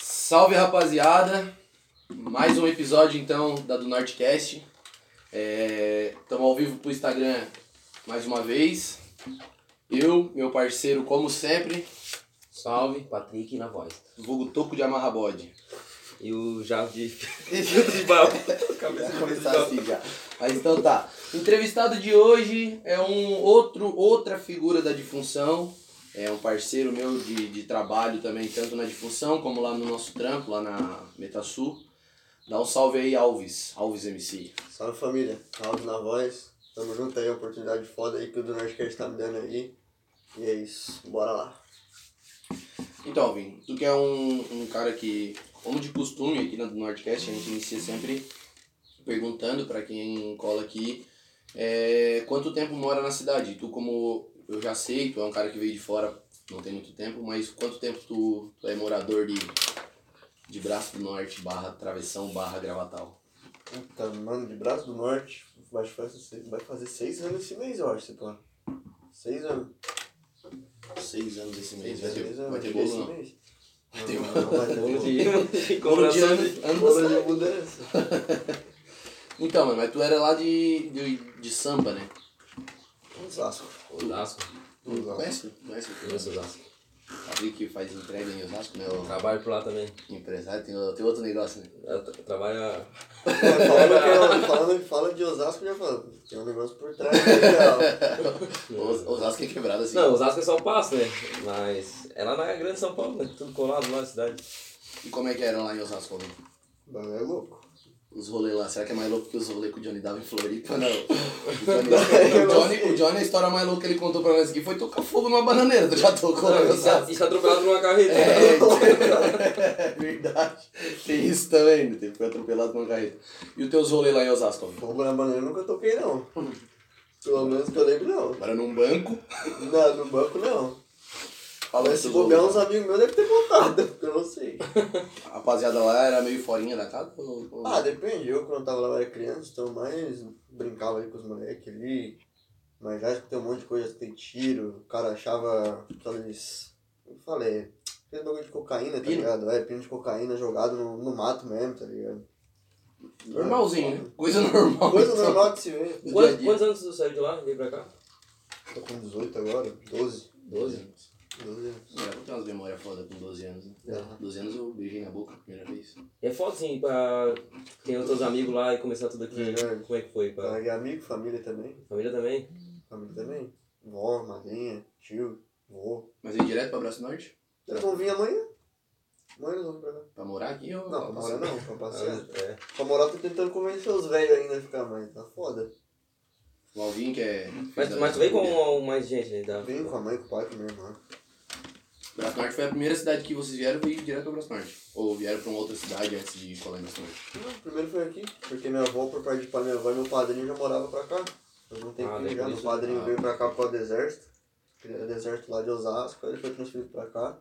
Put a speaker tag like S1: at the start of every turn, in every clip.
S1: Salve rapaziada! Mais um episódio então da do Nordcast. Estamos ao vivo pro Instagram mais uma vez. Eu, meu parceiro, como sempre,
S2: Salve, Patrick na voz.
S1: vulgo Toco de Amarrabode.
S2: E o Javi
S1: Vamos
S2: de baú. Cabeça de
S1: começar
S2: baú.
S1: assim já. Mas então tá. O entrevistado de hoje é um outro, outra figura da difunção. É um parceiro meu de, de trabalho também, tanto na difunção como lá no nosso trampo, lá na Metasul. Dá um salve aí, Alves. Alves MC.
S3: Salve família, Alves na voz. Tamo junto aí, oportunidade foda aí que o do Nerdcast tá me dando aí. E é isso, bora lá.
S1: Então, Vim, tu que é um, um cara que, como de costume aqui no Nordcast, a gente inicia sempre perguntando pra quem cola aqui é, quanto tempo mora na cidade. Tu, como eu já sei, tu é um cara que veio de fora não tem muito tempo, mas quanto tempo tu, tu é morador de, de Braço do Norte, barra Travessão, barra Gravatal?
S3: Puta, mano, de Braço do Norte, vai fazer, seis- vai fazer seis anos esse mês, eu acho, esse plano. Seis anos.
S1: Seis anos esse mês.
S3: Seis
S1: Vai
S3: anos,
S1: ter,
S3: seis anos. é
S1: vai ter
S3: esse
S1: bolo, não?
S3: mês.
S1: ter
S3: Não,
S1: bolo.
S3: não vai ter bolo.
S2: de
S1: Bolo de
S2: cobração.
S1: ano, ano da
S3: Bolo
S1: cidade.
S3: de mudança.
S1: Então, mano, mas tu era lá de, de, de Sampa, né?
S3: Um Osasco.
S2: Osasco.
S3: Um Osasco.
S1: Conhece? Conhece?
S2: Conheço Osasco.
S1: Sabe que faz entrega em Osasco, né? O-
S2: Trabalho por lá também.
S1: Empresário tem, tem outro negócio, né?
S2: Eu tra- Trabalho a-
S3: Falando, que- falando, fala de Osasco, já falo. Tem um negócio por trás. né,
S1: Os- Osasco é quebrado assim.
S2: Não, Osasco é só passo, né? Mas é lá na Grande São Paulo, né? Tudo colado lá na cidade.
S1: E como é que era lá em Osasco? né?
S3: O bagulho é louco.
S1: Os rolês lá, será que é mais louco que os rolês que o Johnny dava em Floripa? Não. O Johnny, o Johnny, o Johnny, a história mais louca que ele contou pra nós aqui foi tocar fogo numa bananeira. Tu já tocou é lá em Osasco?
S2: E está é, atropelado numa carreta.
S1: É, é verdade. Tem isso também, né? Teve que foi atropelado numa carreta. E os teus rolês lá em Osasco? né?
S3: Fogo na banana eu nunca toquei, não. Pelo menos que eu lembro, não.
S1: Era num banco.
S3: Não, no banco não.
S1: Fala
S3: Mas se
S1: esses
S3: bobear
S1: rolês.
S3: uns amigos meus devem ter contado, porque eu não sei.
S1: A rapaziada lá era meio forinha da casa? ou- ou-
S3: Ah, depende. Eu quando tava lá eu era criança, então mais brincava ali com os moleques ali. Mas já tem um monte de coisa, tem tiro, o cara achava aqueles. Eu falei, aquele bagulho de cocaína, tá
S1: Pino?
S3: ligado? É, pino de cocaína jogado no, no mato mesmo, tá ligado?
S1: Normalzinho, né? Coisa normal.
S3: Coisa
S1: então.
S3: normal que se vê.
S1: Do dia a
S2: Quantos,
S1: dia.
S2: quantos anos tu saiu de lá? Veio pra cá?
S3: Tô com 18 agora, 12.
S2: 12.
S3: 12 anos.
S1: É, eu tenho umas memórias foda com 12 anos. Né?
S3: Aham.
S1: 12 anos eu beijei na boca a primeira vez.
S2: E é foda, assim, pra ter os teus amigos lá e começar tudo aqui.
S3: Verdade.
S2: Como é que foi? Pra...
S3: Larguei amigo, família também.
S2: Família também?
S3: Família também. Vó, madrinha, tio, vô.
S1: Mas eu ia direto pra Braço Norte?
S3: Eles vão vir amanhã? Amanhã eles vão vir pra cá.
S1: Pra morar aqui ou
S3: Não, pra morar não, pra passear.
S2: Ah, é.
S3: Pra morar eu tô tentando convencer os velhos ainda a ficar mais, tá foda.
S1: O Alvin que é.
S2: Mas, mas tu veio com mais gente, né? Da...
S3: Vem com a mãe, com o pai, com a minha irmã.
S1: Braço Norte foi a primeira cidade que vocês vieram e direto pra Braço Norte. Ou vieram pra uma outra cidade antes de colar em Braço Norte.
S3: Não, Hum, primeiro foi aqui, porque minha avó, por parte de pai, minha avó e meu padrinho já morava pra cá. Eu não tenho
S2: Ah,
S3: filho
S2: daí
S3: já,
S2: por
S3: meu
S2: isso-
S3: padrinho
S2: ah.
S3: veio pra cá por causa do exército. Ele era do exército lá de Osasco, aí ele foi transferido pra cá.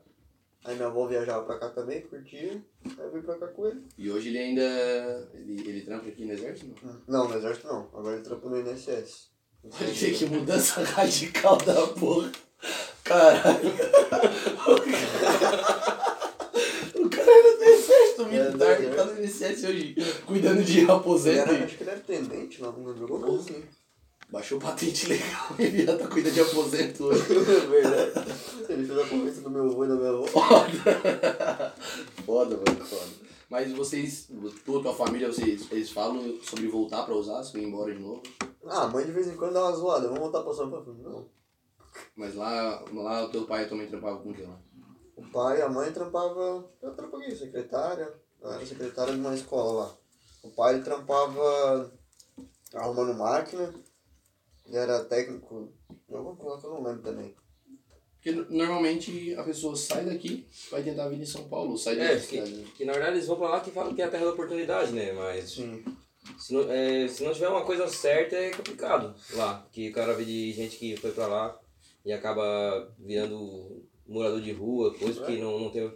S3: Aí minha avó viajava pra cá também, curtia, aí eu vim pra cá com ele.
S1: E hoje ele ainda. Ele, ele trampa aqui no exército? Não.
S3: Hum. Não, no exército não, agora ele trampa no INSS.
S1: Pode dizer que mudança radical da porra. Caralho. O cara era do exército militar, ele tá no INSS hoje, cuidando de
S3: Ele
S1: aposento.
S3: era,
S1: e-
S3: acho que ele era tenente lá, não jogou coisa assim.
S1: Baixou patente legal, ele já tá cuidando de aposento hoje.
S3: É Verdade. Ele fez a conversa do meu avô e da minha avó.
S1: Foda. foda, mano, foda. Mas vocês, tu, tua família, vocês, eles falam sobre voltar pra Osasco e ir embora de novo.
S3: Ah, a mãe de vez em quando dá uma zoada, vamos voltar pra São Paulo. Eu falei, Não.
S1: Mas lá, lá o teu pai também trampava com o que lá?
S3: O pai e a mãe trampava. Eu trampo aqui, secretária. Eu era secretária de uma escola lá. O pai ele trampava arrumando máquina. Ele era técnico de alguma coisa que eu não lembro também.
S1: Porque no- normalmente a pessoa sai daqui, vai tentar vir em São Paulo, ou sai
S2: É,
S1: daqui.
S2: porque- Que na verdade eles vão pra lá que falam que é a terra da oportunidade, né? Mas
S3: Sim.
S2: se não, é, se não tiver uma coisa certa é complicado lá. Porque o cara vê de gente que foi pra lá e acaba virando morador de rua, coisa que não, não tem.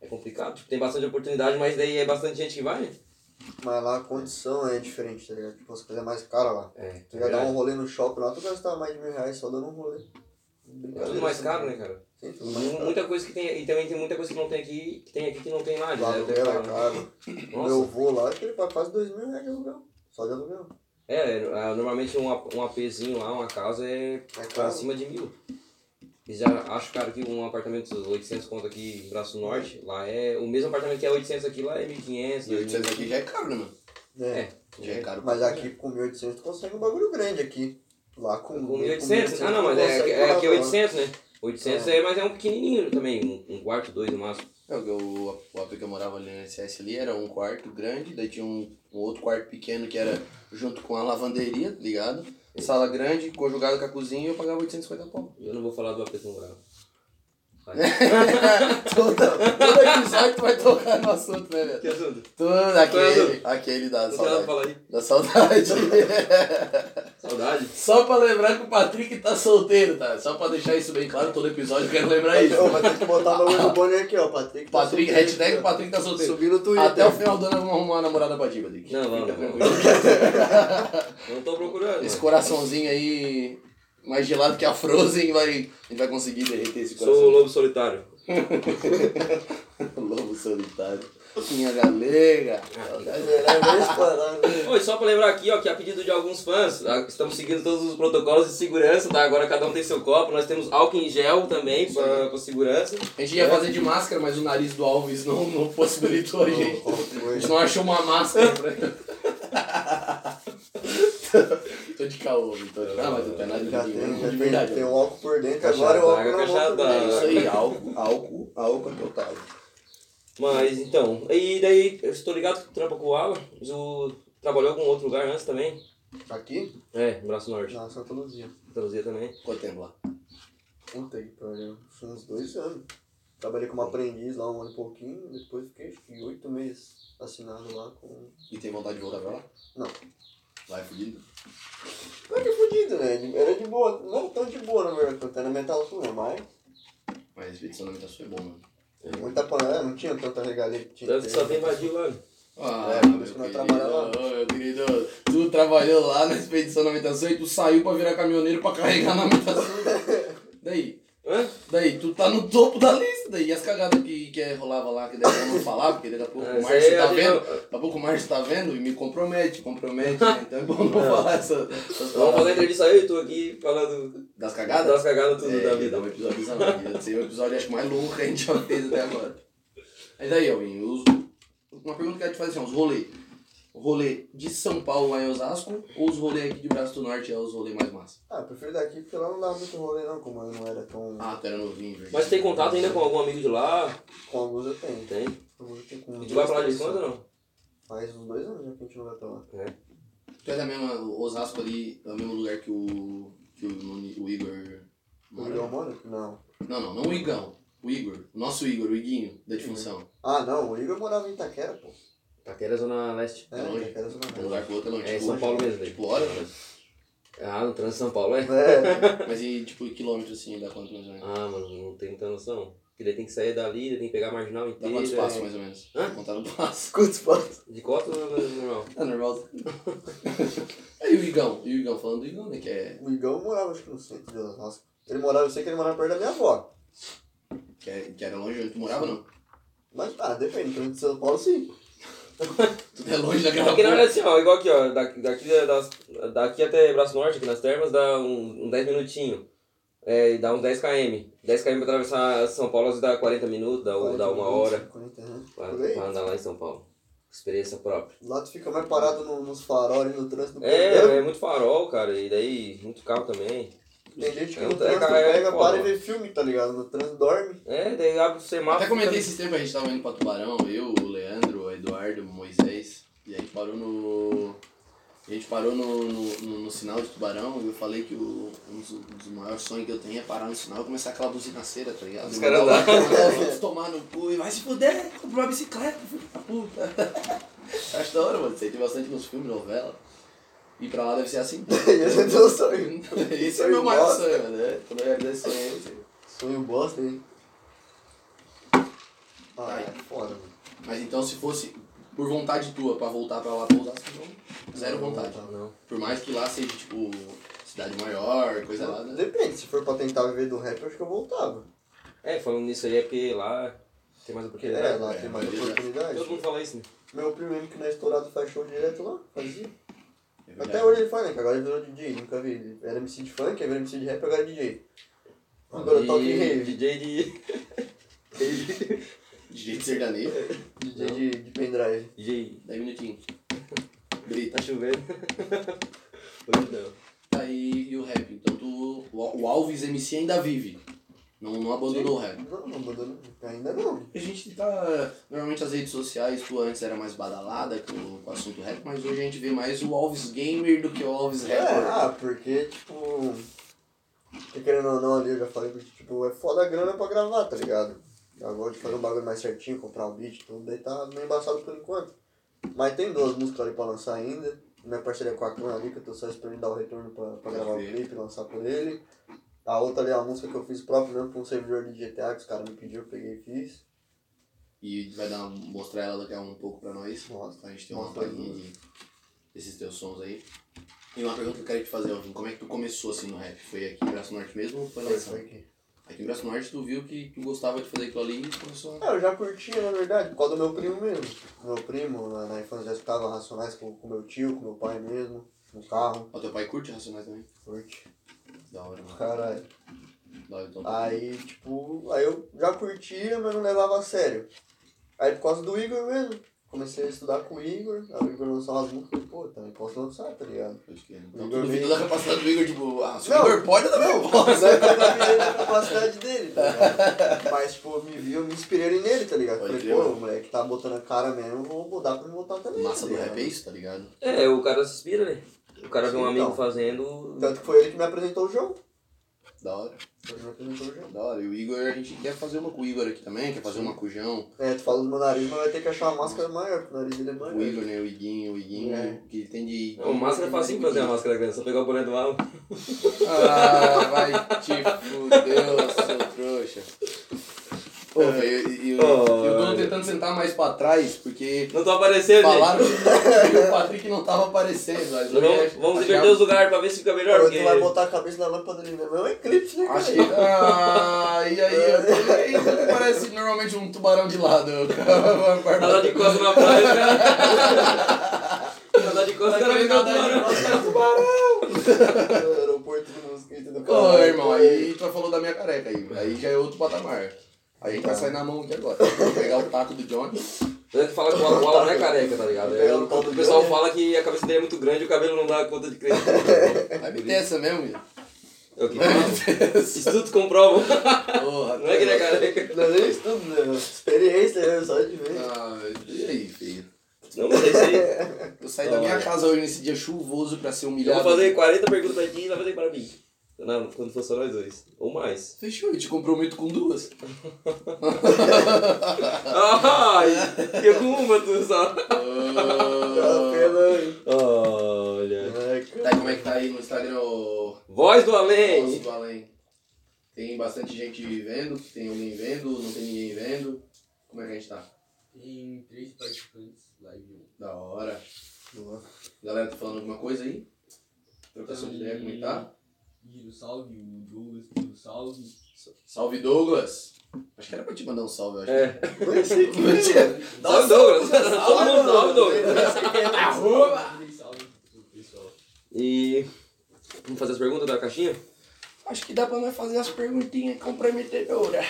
S2: É complicado. Tipo, tem bastante oportunidade, mas daí é bastante gente que vai, né?
S3: Mas lá a condição é diferente, tá ligado? Tipo, as coisas é mais cara lá.
S2: É.
S3: Tu ia dar um rolê no shopping lá, tu gastava mais de mil reais só dando um rolê.
S2: É
S3: brincadeira.
S2: tudo mais
S3: assim.
S2: caro, né, cara?
S3: Sim, tudo mais caro.
S2: Muita coisa que tem. E também tem muita coisa que não tem aqui, que tem aqui que não tem lá.
S3: O
S2: né? Eu até
S3: aluguel é
S2: falo,
S3: caro.
S2: Nossa.
S3: Meu avô lá, acho que ele paga quase 2 mil reais de aluguel. Só de aluguel.
S2: É, é, normalmente um, ap- um APzinho lá, uma casa é
S3: É caro.
S2: acima de mil. E já acho, cara, que um apartamento de 800 conto aqui em Braço Norte, lá é. O mesmo apartamento que é 800 aqui, lá é 1.500.
S1: E 800 aqui
S2: 2.000.
S1: já é caro, né, mano?
S3: É.
S2: É.
S1: Já é caro.
S3: Mas aqui com 1.800 tu consegue um bagulho grande aqui. Lá com,
S2: Com 1.800? Ah, não, mas
S3: tu
S2: é,
S3: consegue
S2: é, aqui é
S3: lá.
S2: 800, né? 800 é, mas é um pequenininho também, um, um quarto, dois no máximo.
S1: É, o, o, o AP que eu morava ali no SS ali era um quarto grande, daí tinha um, um outro quarto pequeno que era junto com a lavanderia, tá ligado? Sala grande, conjugado com a cozinha, eu pagava 850 pau.
S2: Eu não vou falar do AP que eu morava. Vai.
S1: todo, todo episódio tu vai tocar no assunto, né, velho?
S2: Que assunto?
S1: Todo aquele, aquele da
S2: Não tem nada pra
S1: saudade.
S2: falar aí.
S1: Da saudade.
S2: Saudade.
S1: Só pra lembrar que o Patrick tá solteiro, tá? Só pra deixar isso bem claro, todo episódio eu quero lembrar isso.
S3: Ô, mas tem que botar o bagulho no banner aqui, ó. Patrick. tá
S1: Patrick,
S3: solteiro,
S1: hashtag
S3: ó.
S1: Patrick tá solteiro.
S3: Subiu no Twitter.
S1: Até o final do ano vamos arrumar uma namorada pra ti, Patrick.
S2: Não, não,
S1: Fica
S2: não.
S1: tranquilo.
S2: Não tô procurando.
S1: Esse
S2: mano.
S1: coraçãozinho aí, mais gelado que a Frozen, vai, a gente vai conseguir derreter esse
S2: Sou o
S1: coração.
S2: lobo solitário.
S1: Lobo solitário. Minha galega.
S3: Era bem explorado, né?
S2: Oi, só pra lembrar aqui, ó, que a pedido de alguns fãs, a- estamos seguindo todos os protocolos de segurança, tá? Agora cada um tem seu copo, nós temos álcool em gel também pra, pra segurança.
S1: A gente ia fazer de máscara, mas o nariz do Alves não, não possibilitou a gente. A gente não achou uma máscara né? pra Tô de caô, né? tô de caô, Ah, mas eu tô nada de
S3: Já tem, já
S1: de
S3: tem,
S1: verdade. né?
S3: tem
S1: mano.
S3: o álcool por dentro,
S2: Caixa
S3: agora eu
S2: d'água,
S3: álcool na
S2: caixa
S1: um-
S3: mão
S1: É
S3: também.
S2: d'água.
S1: isso aí, álcool, álcool, álcool é total.
S2: Mas então, e daí, eu estou ligado que tu trampa com o Ala, mas o trabalhou em algum outro lugar antes também?
S3: Aqui?
S2: É, no Braço Norte.
S3: Na Santa Luzia.
S2: Traduzia também.
S1: Quanto tempo lá?
S3: Puta que pariu. Foi uns dois anos. Trabalhei como aprendiz lá um ano e pouquinho, depois fiquei acho que oito meses assinado lá com.
S1: E tem vontade de voltar pra lá?
S3: Não.
S1: Vai fudido?
S3: Não é que fudido, né? Era de boa, não tão de boa, na verdade, até na mental altura, né? mas
S1: Mas expedicionamento sua é bom, mano.
S3: muita panela, não tinha tanta regalia que tinha.
S2: Deve que só tem vadio lá.
S1: Ah,
S3: É,
S1: meu
S3: por isso que nós
S1: querido,
S3: trabalhamos
S1: ô, meu querido, tu trabalhou lá na expedição 98 e tu saiu pra virar caminhoneiro pra carregar na metação. daí,
S2: Hã?
S1: daí, tu tá no topo da lista. Daí, e as cagadas que, que é- rolava lá, que daí eu não falar, porque daqui a pouco
S2: É,
S1: o
S2: isso
S1: Márcio
S2: aí
S1: tá
S2: a gente
S1: vendo.
S2: não-
S1: Daqui a pouco o Márcio tá vendo e me compromete, compromete, né? Então é bom não falar essa, essas
S2: Vamos fazer
S1: palavras.
S2: entrevista aí, eu tô aqui falando
S1: Das
S2: das
S1: cagadas?
S2: cagadas tudo
S1: É,
S2: da
S1: dá um
S2: vida.
S1: episódio bizarro. Ia ser é o episódio acho mais longo que a gente já fez até agora. Mas daí, Alvin, os- uma pergunta que eu quero te fazer assim, ó, os rolê. O rolê de São Paulo lá em Osasco ou os rolê aqui de Braço do Norte é os rolê mais massa?
S3: Ah, eu prefiro daqui porque lá não dava muito rolê não, como eu não era tão.
S1: Ah, tu era novinho, velho.
S2: Mas tem contato ainda com algum amigo de lá?
S3: Com alguns eu tenho.
S2: Tem.
S3: Com alguns eu tenho com
S2: E tu vai pra lá de
S3: dois,
S2: quando ou não?
S3: Faz uns dois anos já que a gente não vai pra lá.
S2: É.
S1: Tu é da mesma, o Osasco ali, é o mesmo lugar que o, que o, Noni- o Igor
S3: O
S1: mora?
S3: Miguel Mônaco? Não.
S1: Não, não, não o Igão. O Igor, nosso Igor, o Iguinho, da disfunção.
S3: Ah não, o Igor morava em Itaquera, pô.
S2: Taquera Zona Leste.
S3: É,
S1: É longe.
S3: Itaquera Zona
S1: De um
S3: Leste.
S1: lugar pro outro é longe.
S2: É em
S1: tipo,
S2: São Paulo mesmo,
S1: Tipo, hora,
S2: velho. Ah, no trânsito de São Paulo, é?
S3: É,
S1: mas e tipo, quilômetros assim, dá quanto mais ou menos?
S2: Ah, mano, não tem muita noção. Porque daí tem que sair dali, daí tem que pegar a marginal
S1: Dá
S2: inteira.
S1: quantos passos mais ou menos?
S2: Hã? Tá
S1: Contar no passo.
S3: quantos pontos?
S2: De cota ou assim, normal?
S1: É normal. Aí o Igão, e o Igão falando do Igão, né? Que é,
S3: O Igão morava acho que no centro de Osasco. Ele morava, eu sei que ele morava perto da minha avó.
S1: que, é, que era longe onde tu morava, não?
S3: Mas tá, depende, pelo menos de São Paulo sim.
S1: Tu é longe daquela
S2: Porque na
S1: porra.
S2: verdade assim, ó, igual aqui, ó, daqui, daqui, da- das, daqui até Braço Norte, aqui nas termas, dá um, um 10 minutinhos. É, dá uns 10 km. 10 km pra atravessar São Paulo às vezes dá 40 minutos, dá, dá uma hora
S3: 40, né?
S2: pra,
S3: Por aí.
S2: pra andar lá em São Paulo. Experiência própria.
S3: Lá tu fica mais parado no- nos faróis, no trânsito do
S2: É, é muito farol, cara, e daí muito carro também.
S3: Tem gente que
S2: é
S3: no
S2: um
S3: trânsito
S2: treca- é
S3: pega,
S2: foda,
S3: para e
S2: mano.
S3: vê filme, tá ligado? No trânsito dorme.
S2: É, daí abre o semáforo.
S1: Até comentei
S2: fica-
S1: esses tempos, a gente tava indo pra Tubarão, eu, o Leandro, o Eduardo, o Moisés. E a gente parou no. A gente parou no, no, no- no sinal de Tubarão e eu falei que o, um dos, um dos maiores sonhos que eu tenho é parar no sinal e começar aquela buzinaceira, tá ligado?
S2: Os
S1: E
S2: caras
S1: mandar
S2: lá.
S1: o- mandar os outros tomar no cu e vai se fuder, comprar uma bicicleta, filho da puta. Acho da hora, mano. Isso aí tem bastante nos filmes, novela. E pra lá deve ser assim.
S3: Esse é teu sonho.
S1: Esse é o meu maior sonho, né? Quando eu realizar esse sonho, é esse.
S3: Sonho bosta, hein? Ah,
S1: Ai.
S3: é foda, mano.
S1: Mas então, se fosse por vontade tua pra voltar pra lá, pra usar, você não. Zero vontade.
S2: Não.
S1: Por mais que lá seja, tipo, cidade maior, coisa lá. Né?
S3: Depende, se for pra tentar viver do rap, eu acho que eu voltava.
S2: É, falando nisso aí é porque lá tem mais
S3: É,
S2: oportunidade.
S3: lá
S1: é,
S3: tem
S1: a
S3: mais
S1: maioria-
S3: oportunidade.
S2: Todo mundo fala isso, né?
S3: Meu primeiro que não é estourado faz show direto lá, fazia.
S1: É verdade.
S3: Até hoje ele faz, né? Que agora ele virou DJ, nunca vi. Ele Era MC de funk, aí virou MC de rap, agora é DJ. Agora eu toco em rave.
S2: DJ de.
S1: De jeito sertanejo.
S3: DJ de, de pendrive.
S2: DJ.
S1: 10 minutinhos. Brita.
S2: Tá chovendo. Hoje não.
S1: Tá aí e o rap. Então tu, o o Alves MC ainda vive. Não, não abandonou o rap.
S3: Não, não abandonou. Ainda não.
S1: A gente tá. Normalmente as redes sociais, tu antes era mais badalada com, com o assunto rap, mas hoje a gente vê mais o Alves Gamer do que o Alves
S3: É,
S1: Rapper.
S3: ah, porque, tipo. Porque querendo ou não ali, eu já falei que, tipo, é foda a grana pra gravar, tá ligado? Eu gosto de fazer um bagulho mais certinho, comprar um beat, tudo, daí tá meio embaçado por enquanto. Mas tem duas músicas ali pra lançar ainda. Minha parceria com a Clã ali, que eu tô só esperando dar o retorno pra, pra
S1: Pode
S3: gravar o
S1: crer.
S3: clipe, lançar por ele. A outra ali é uma música que eu fiz próprio mesmo pra um servidor de GTA, que os caras me pediram, eu peguei e fiz.
S1: E vai dar, mostrar ela daqui a um pouco pra nós.
S3: Nossa,
S1: Pra gente ter uma
S3: Mostra
S1: palhinha de- desses teus sons aí. E uma pergunta que eu quero te fazer, Alvin, como é que tu começou assim no rap? Foi aqui em Braço Norte mesmo ou foi lá em
S3: Essa
S1: São
S3: aqui.
S1: Aqui em Braço Norte tu viu que tu gostava de fazer aquilo ali e começou a...
S3: É, eu já curtia, na verdade, por causa do meu primo mesmo. Meu primo, na, na infância, já escutava Racionais com, com meu tio, com meu pai mesmo, no carro.
S1: Ó, teu pai curte Racionais também?
S3: Curte.
S1: Da hora, mano.
S3: Caralho.
S1: Da hora, então.
S3: Aí, tipo, aí eu já curtia, mas não levava a sério. Aí por causa do Igor mesmo. Comecei a estudar com o Igor, aí o Igor lançou umas músicas, pô, também posso lançar, tá ligado?
S1: Pode crer. Então tu
S3: Igor
S1: duvidou
S3: vem-
S1: da capacidade do Igor, tipo, ah, se o
S3: Não.
S1: Igor pode, eu também
S3: Mas é
S1: posso.
S3: eu não da capacidade dele, tá ligado? Mas, tipo, eu me vi, eu me inspirei nele, tá ligado?
S1: Pode
S3: Falei,
S1: crer,
S3: pô,
S1: mano.
S3: o moleque tá botando a cara mesmo, vou mudar pra me botar também.
S1: Massa
S3: tá
S1: do
S3: ligado?
S1: rap é isso, tá ligado?
S2: É, o cara se inspira, né? O cara vê um
S3: Sim,
S2: amigo
S3: então.
S2: fazendo.
S3: Tanto que foi ele que me apresentou o jogo.
S1: Da hora.
S3: Foi ele que me apresentou o jogo.
S1: Da hora. E o Igor, a gente quer fazer uma com o Igor aqui também, quer fazer uma com o João.
S3: É, tu fala do meu nariz, mas vai ter que achar uma máscara maior, porque o nariz dele é maior.
S1: O Igor, né? O Iguinho, o Iguinho, né,
S3: É.
S1: que tem de...
S2: Não, máscara é facinho fazer a máscara grande, só pegar o boné do álbum.
S1: Ah, vai te fuder, seu trouxa. Pô, velho, e- e eu,
S2: Oh,
S1: eu tô
S2: É. olha.
S1: tentando sentar mais pra trás, porque
S2: Não tô aparecendo, gente.
S1: falaram que que o Patrick não tava aparecendo. né? mas eu ia-
S2: Vamos, vamos inverter os lugares pra ver se fica melhor.
S3: é Agora
S2: Porque...
S3: tu vai botar a cabeça na lâmpada dele mesmo, é um eclipse, né, cara?
S1: Achei. Ah, e aí? eu falei, "Ih, Parece normalmente um tubarão de lado.
S2: Nadar tá de costas na praia, cara. Nadar de costas,
S1: Vai
S2: cara,
S1: querer
S2: me dá
S1: nadar Tá de
S2: tubarão.
S3: No aeroporto de mosquito né? do
S1: Ah. Ô, irmão, aí tu falou da minha careca aí. Aí já é outro patamar. Aí a
S2: Tá.
S1: gente vai sair na mão aqui agora. Vou pegar o taco do Johnny.
S2: Tanto que fala que o Alan não é careca, tá ligado? É, o, o pessoal fala que a cabeça dele é muito grande e o cabelo não dá conta de crescer.
S1: Vai meter essa mesmo, Ian.
S2: É o que fala. Estudo comprova.
S1: Porra, tá
S2: Não é que ele é careca.
S3: Não é nem isso tudo, né? Experiência, né? Só de ver.
S1: Ah, e aí, filho?
S2: Não, mas é isso aí.
S1: Eu saí da minha casa hoje nesse dia chuvoso pra ser
S2: é. Eu
S1: humilhado.
S2: vou fazer 40 perguntas aqui e vai fazer para mim. Não, quando for só nós dois. Ou mais.
S1: Fechou, eu te comprometo com duas. Ah.
S2: Ai! Eu com uma, tu só.
S3: Ah, pelo...
S2: Olha.
S3: Ai, cara.
S1: Tá, e como é que tá aí no Instagram, ô?
S2: Voz do
S1: Nossa,
S2: além!
S1: do além. Tem bastante gente vendo, tem alguém vendo, não tem ninguém vendo. Como é que a gente tá?
S4: Tem três participantes live 1.
S1: Da hora.
S3: Boa.
S1: Galera, tá falando alguma coisa aí? Trocação de ideia, como é que tá?
S4: E o um salve, o Douglas tem o salve.
S1: Salve Douglas! Acho que era pra te mandar um salve, eu acho.
S2: É.
S3: Não sei quem é.
S2: Salve Douglas! Todo mundo salve Douglas! Tá
S3: Não sei quem é.
S4: Arroba! Dei salve pro pessoal.
S2: E. Vamos fazer as perguntas da caixinha?
S1: Acho que dá pra nós fazer as perguntinhas comprometedoras.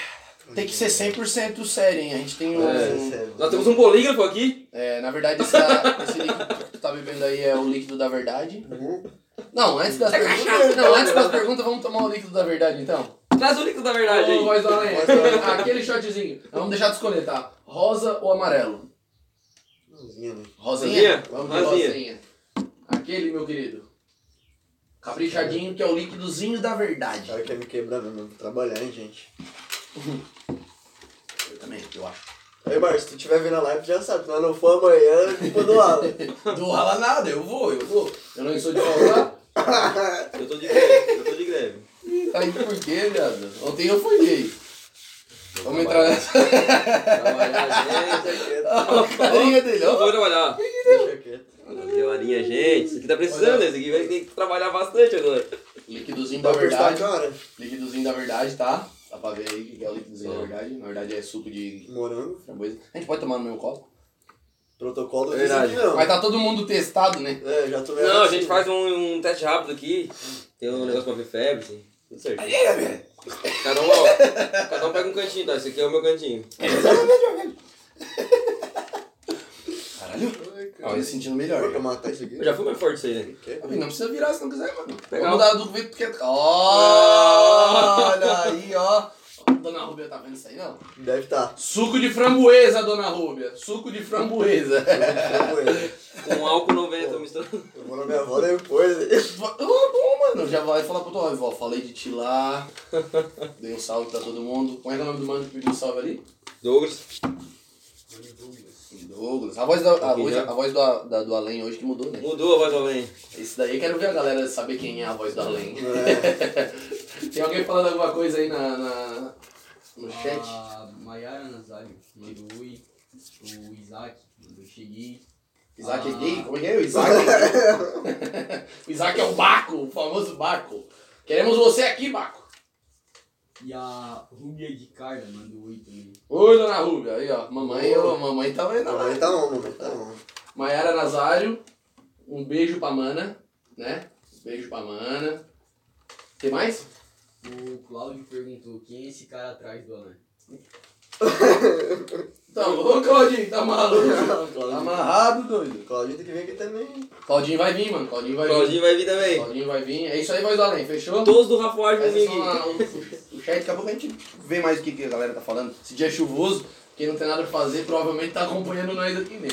S1: Tem que ser 100% sério, hein? A gente tem um.
S2: É,
S1: um-
S3: sério.
S2: Nós temos um polígrafo aqui.
S1: é, na verdade, essa- esse líquido que tu tá bebendo aí é o líquido da verdade. Não, antes das perguntas. Não, antes das perguntas, vamos tomar o líquido da verdade então.
S2: Traz o líquido da verdade
S1: Ô,
S2: aí.
S1: voz do além.
S3: Tá,
S1: Ah,
S3: Voz do além.
S1: Aquele shotzinho. Vamos deixar de escolher, tá? Rosa ou amarelo? um
S3: Mãozinha, né?
S1: Rosinha?
S2: Rosinha?
S1: Vamos de
S2: Rosinha.
S1: rosinha. Aquele, meu querido. Caprichadinho, que é o líquidozinho da
S3: O
S1: verdade.
S3: cara quer me quebrar mesmo, vou trabalhar, hein, gente. Tá.
S1: Eu também, eu acho.
S3: Aí, Márcio, se tu tiver vendo a live, já sabe, se nós não for amanhã, é culpa do Alan.
S1: Não rala nada, eu vou, eu vou. Eu não sou de faltar.
S2: Eu tô de greve, eu tô de greve.
S1: Tá Aí por quê, viado? Ontem eu fui gay. Vamos entrar nessa É,
S2: Trabalhar, gente.
S1: carinha dele, ó.
S2: Vamos trabalhar.
S3: Deixa quieto.
S2: Fazer horinha, gente. Isso aqui tá precisando, esse aqui vai ter que trabalhar bastante agora.
S1: Líquidozinho da
S3: Vai custar
S1: é verdade.
S3: cara.
S1: Líquidozinho da verdade, tá? Dá pra ver aí o que é o líquidozinho
S2: Tá.
S1: da verdade. Na verdade é suco de
S3: Morango.
S1: framboesa. A gente pode tomar no meu copo.
S3: Protocolo disso
S2: Verdade.
S3: aqui não.
S1: Mas tá todo mundo testado, né?
S3: É, já tomei
S2: Não, a
S3: vacina.
S2: gente faz um, um teste rápido aqui. Tem um negócio pra ver febre, assim. Tudo certo. Cada um, ó, cada um pega um cantinho, tá? Esse aqui é o meu cantinho.
S1: Caralho.
S3: Ai,
S1: Eu tô
S3: cara.
S1: me sentindo melhor.
S3: Pra matar isso aqui.
S2: Eu já fui mais forte isso aí, né?
S3: Quer?
S1: Não precisa virar se não quiser, mano.
S2: Pegar
S1: Vamos
S2: um.
S1: dar do jeito que quer. Olha aí, ó. Dona Rúbia tá vendo isso aí, não?
S3: Deve tá, estar.
S1: Suco de framboesa, dona Rúbia. Suco de framboesa.
S2: Com álcool 90 misturando.
S3: tá Eu vou na minha avó depois.
S1: Ah, bom, mano. Já vai falar pro tua avó. Falei de ti lá. Dei um salve pra todo mundo. Como é que é o nome do mano que pediu salve ali?
S2: Douglas.
S1: Douglas. A voz, da, a
S2: Aqui
S1: voz,
S2: já.
S1: a voz do, a- da- do além hoje que mudou, né?
S2: Mudou a voz do além.
S1: Esse daí eu quero ver a galera saber quem é a voz do além.
S3: É.
S1: Tem alguém falando alguma coisa aí na, na- no chat?
S4: A Mayara Ah, Nazário mandou oi. O Isaac mandou cheguei.
S1: Isaac é
S4: Ah.
S1: gay? Como é que é o Isaac? o Isaac é o Baco, o famoso Baco. Queremos você aqui, Baco.
S4: E a Rubia de Carla mandou oi também.
S1: Oi, dona Rúbia. Aí, ó. Mamãe, ó, mamãe tá vendo.
S3: Mamãe tá on, mamãe tá on.
S1: Maiara Nazário, um beijo pra Mana, né? Um beijo pra Mana. Tem mais?
S4: O Cláudio perguntou quem é esse cara atrás do Alan.
S1: Tá louco, Claudinho? Tá maluco? Tá
S3: Claudinho.
S1: amarrado, doido.
S3: Claudinho tem que vir aqui também.
S1: Claudinho vai vir, mano. Claudinho vai vir.
S2: Claudinho vai vir também.
S1: Claudinho vai vir. É isso aí, voz do além. Fechou?
S2: Todos do Rafa Ward
S1: Essa é
S2: comigo.
S1: só uma- um- o chat, daqui a pouco a gente vê mais o que, que a galera tá falando. Esse dia é chuvoso, quem não tem nada pra fazer provavelmente tá acompanhando nós aqui, né?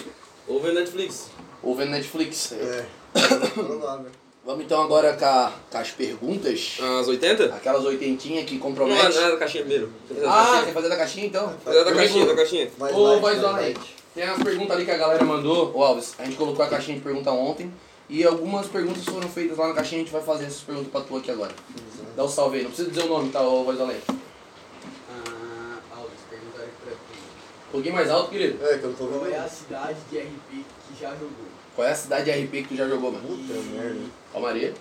S2: Ou vendo Netflix.
S1: Ou vendo Netflix.
S3: É. Provável.
S1: Vamos então agora com, a- com as perguntas.
S2: Às 80?
S1: Aquelas oitentinhas que
S2: Não, não
S1: compromete.
S2: era da caixinha primeiro.
S1: Ah, quer fazer da caixinha então?
S2: Era da caixinha, da caixinha.
S3: Mais
S1: Ô,
S3: light,
S1: voz do
S3: mais
S1: além.
S3: light.
S1: Tem as perguntas ali que a galera mandou. Ô Alves, a gente colocou a caixinha de pergunta ontem. E algumas perguntas foram feitas lá na caixinha, a gente vai fazer essas perguntas pra tu aqui agora. Dá o salve aí, não precisa dizer o nome, tá, ô voz do além.
S4: Ah, Alves perguntaram pra quem.
S1: Um pouquinho mais alto, querido.
S3: É, que eu não tô
S4: Qual é
S3: vendo.
S4: a cidade de RP que já jogou?
S1: Qual é a cidade RP que tu já jogou, mano?
S3: Puta merda.
S1: Calmaria.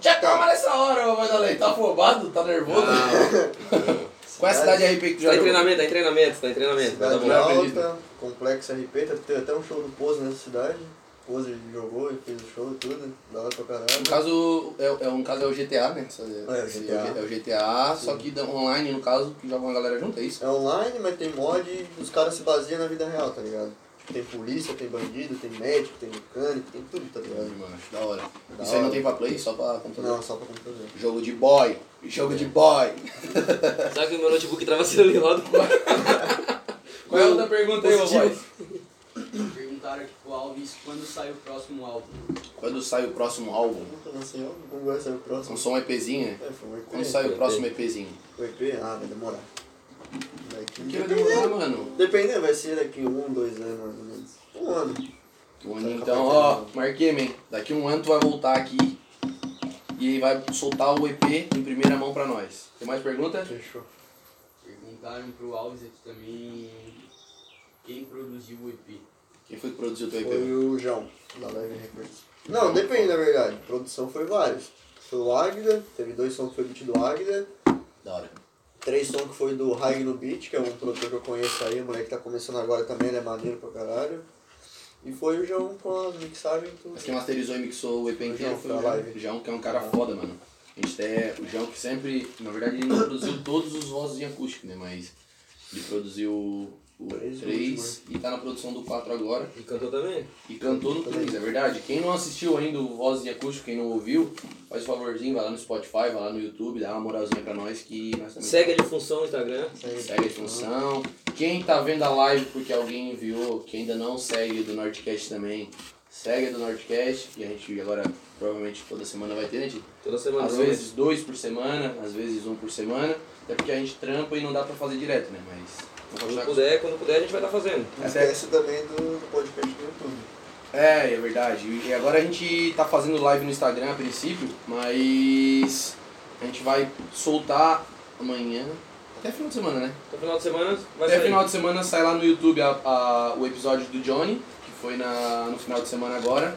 S1: Já calma nessa hora, ô Vandalei. Tá afobado? Tá nervoso? Qual é a cidade RP que tu
S2: Tá
S1: já
S2: em
S1: jogou?
S2: treinamento, tá em treinamento, tá em treinamento. Tá
S3: Cidade
S1: bom.
S3: alta, complexo RP, tá- teve até um show do Pose nessa cidade. Pose jogou e fez o show e tudo, da hora pra
S1: No
S3: caralho.
S1: caso, é, é, um caso é o GTA, né? Essa-
S3: o
S1: esse-
S3: GTA.
S1: É o GTA, só que da- online, no caso, que joga uma galera junto, é isso?
S3: É online, mas tem mod e os caras se baseiam na vida real, tá ligado? Tem polícia, tem bandido, tem médico, tem mecânico, tem tudo, tá
S1: Legal
S3: ligado?
S1: demais, da hora.
S3: Da
S1: isso aí não
S3: hora.
S1: tem pra play, só pra computador.
S3: Não, só pra computador.
S1: Jogo de boy. Jogo de boy.
S2: Sabe que o meu notebook tava sendo levado?
S1: Qual é a outra pergunta aí, ô
S3: Positivo.
S1: voz?
S4: Perguntaram pro Alves quando sai o próximo álbum.
S1: Quando sai o próximo álbum?
S3: Puta, não sei, ó, como vai sair é o próximo.
S1: Não só um EPzinho, né?
S3: É, foi um EP.
S1: Quando sai o próximo EPzinho?
S3: O EP, ah, vai demorar. Daqui,
S1: Que vai demorar, é mano.
S3: Dependendo, vai ser daqui um, dois anos, mais ou menos. Um ano.
S1: Um ano então, ó, marquei, hein? Daqui um ano tu vai voltar aqui e vai soltar o EP em primeira mão pra nós. Tem mais pergunta?
S3: Fechou.
S4: Perguntaram pro Alves aqui também quem produziu o EP.
S1: Quem foi que produziu o teu EP?
S3: Foi o João, da Live Records. Não, depende, na verdade. Produção foi vários. Foi o Águida, teve dois sons que foi beat do Águida,
S1: Da hora.
S3: três sons que foi do Ragno Beat, que é um produtor que eu conheço aí, o moleque tá começando agora também, ele é maneiro pra caralho. E foi o João com as mixagens e tudo.
S1: Mas quem masterizou e mixou o EP inteiro
S3: João,
S1: foi o
S3: pra
S1: João.
S3: live.
S1: João, que é um cara foda, mano. A gente tem o João que sempre, na verdade, ele não produziu todos os vozes em acústico, né? Mas ele produziu o
S3: Três, o
S1: 3 e tá na produção do 4 agora.
S2: E cantou também?
S1: E cantou no 3, é verdade. Quem não assistiu ainda o Voz em Acústico, quem não ouviu, faz o favorzinho, vai lá no Spotify, vai lá no YouTube, dá uma moralzinha pra nós que nós também.
S2: Segue a disfunção no Instagram.
S1: Segue a função. Quem tá vendo a live porque alguém enviou, que ainda não segue do Nordcast também, segue a do Nordcast, que a gente agora provavelmente toda semana vai ter, né? Di?
S2: Toda semana.
S1: Às vezes dois por semana, às vezes um por semana, até porque a gente trampa e não dá pra fazer direto, né? Mas. vamos
S2: Quando
S1: continuar.
S2: puder, quando puder a gente vai estar fazendo.
S3: Não esquece é também do, do podcast do YouTube.
S1: É, é verdade. E agora a gente tá fazendo live no Instagram a princípio, mas a gente vai soltar amanhã. Até final de semana, né?
S2: No final de semana vai
S1: Até
S2: sair.
S1: final de semana sai lá no YouTube a- a- o episódio do Johnny, que foi na, no final de semana agora.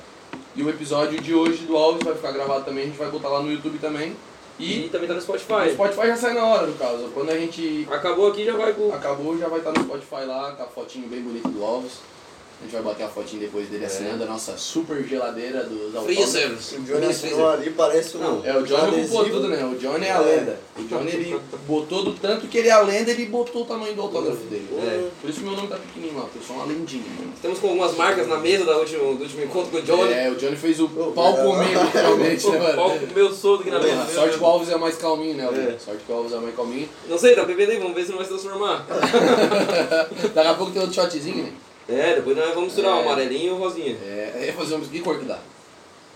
S1: E o episódio de hoje do Alves vai ficar gravado também, a gente vai botar lá no YouTube também.
S2: E,
S1: E
S2: também tá no
S1: o
S2: Spotify.
S1: Spotify já sai na hora, no caso. Quando a gente
S2: Acabou aqui, já vai pro.
S1: acabou, já vai estar no Spotify lá, com a fotinho bem bonita do Alves. A gente vai bater a fotinho depois dele assinando a nossa super geladeira dos autógrafos.
S3: O Johnny assinou ali, parece um.
S2: Não,
S1: É, o Johnny
S3: adesivo.
S1: ocupou tudo, né? O Johnny é a
S3: É.
S1: lenda. O Johnny ele botou do tanto que ele é a lenda, ele botou o tamanho do autógrafo dele.
S2: É.
S1: Por isso que meu nome tá pequenininho lá, porque eu sou uma lendinha. né?
S2: Estamos com algumas marcas na mesa da última, do último encontro com o Johnny.
S1: É, o Johnny fez o
S3: Ô,
S1: pau
S3: cara.
S1: comigo, realmente, né, mano?
S2: Olha o meu solto aqui na
S1: É,
S2: mesa.
S1: a sorte que o Alves é mais calminho, né? Alves?
S3: É.
S1: Sorte que o Alves é mais calminho.
S2: Não sei, tá bebendo aí, vamos ver se não vai se transformar.
S1: Daqui a pouco tem outro shotzinho, né?
S2: É, depois nós vamos misturar
S1: É.
S2: o amarelinho e o rosinha.
S1: É, é fazer um... Que cor que dá?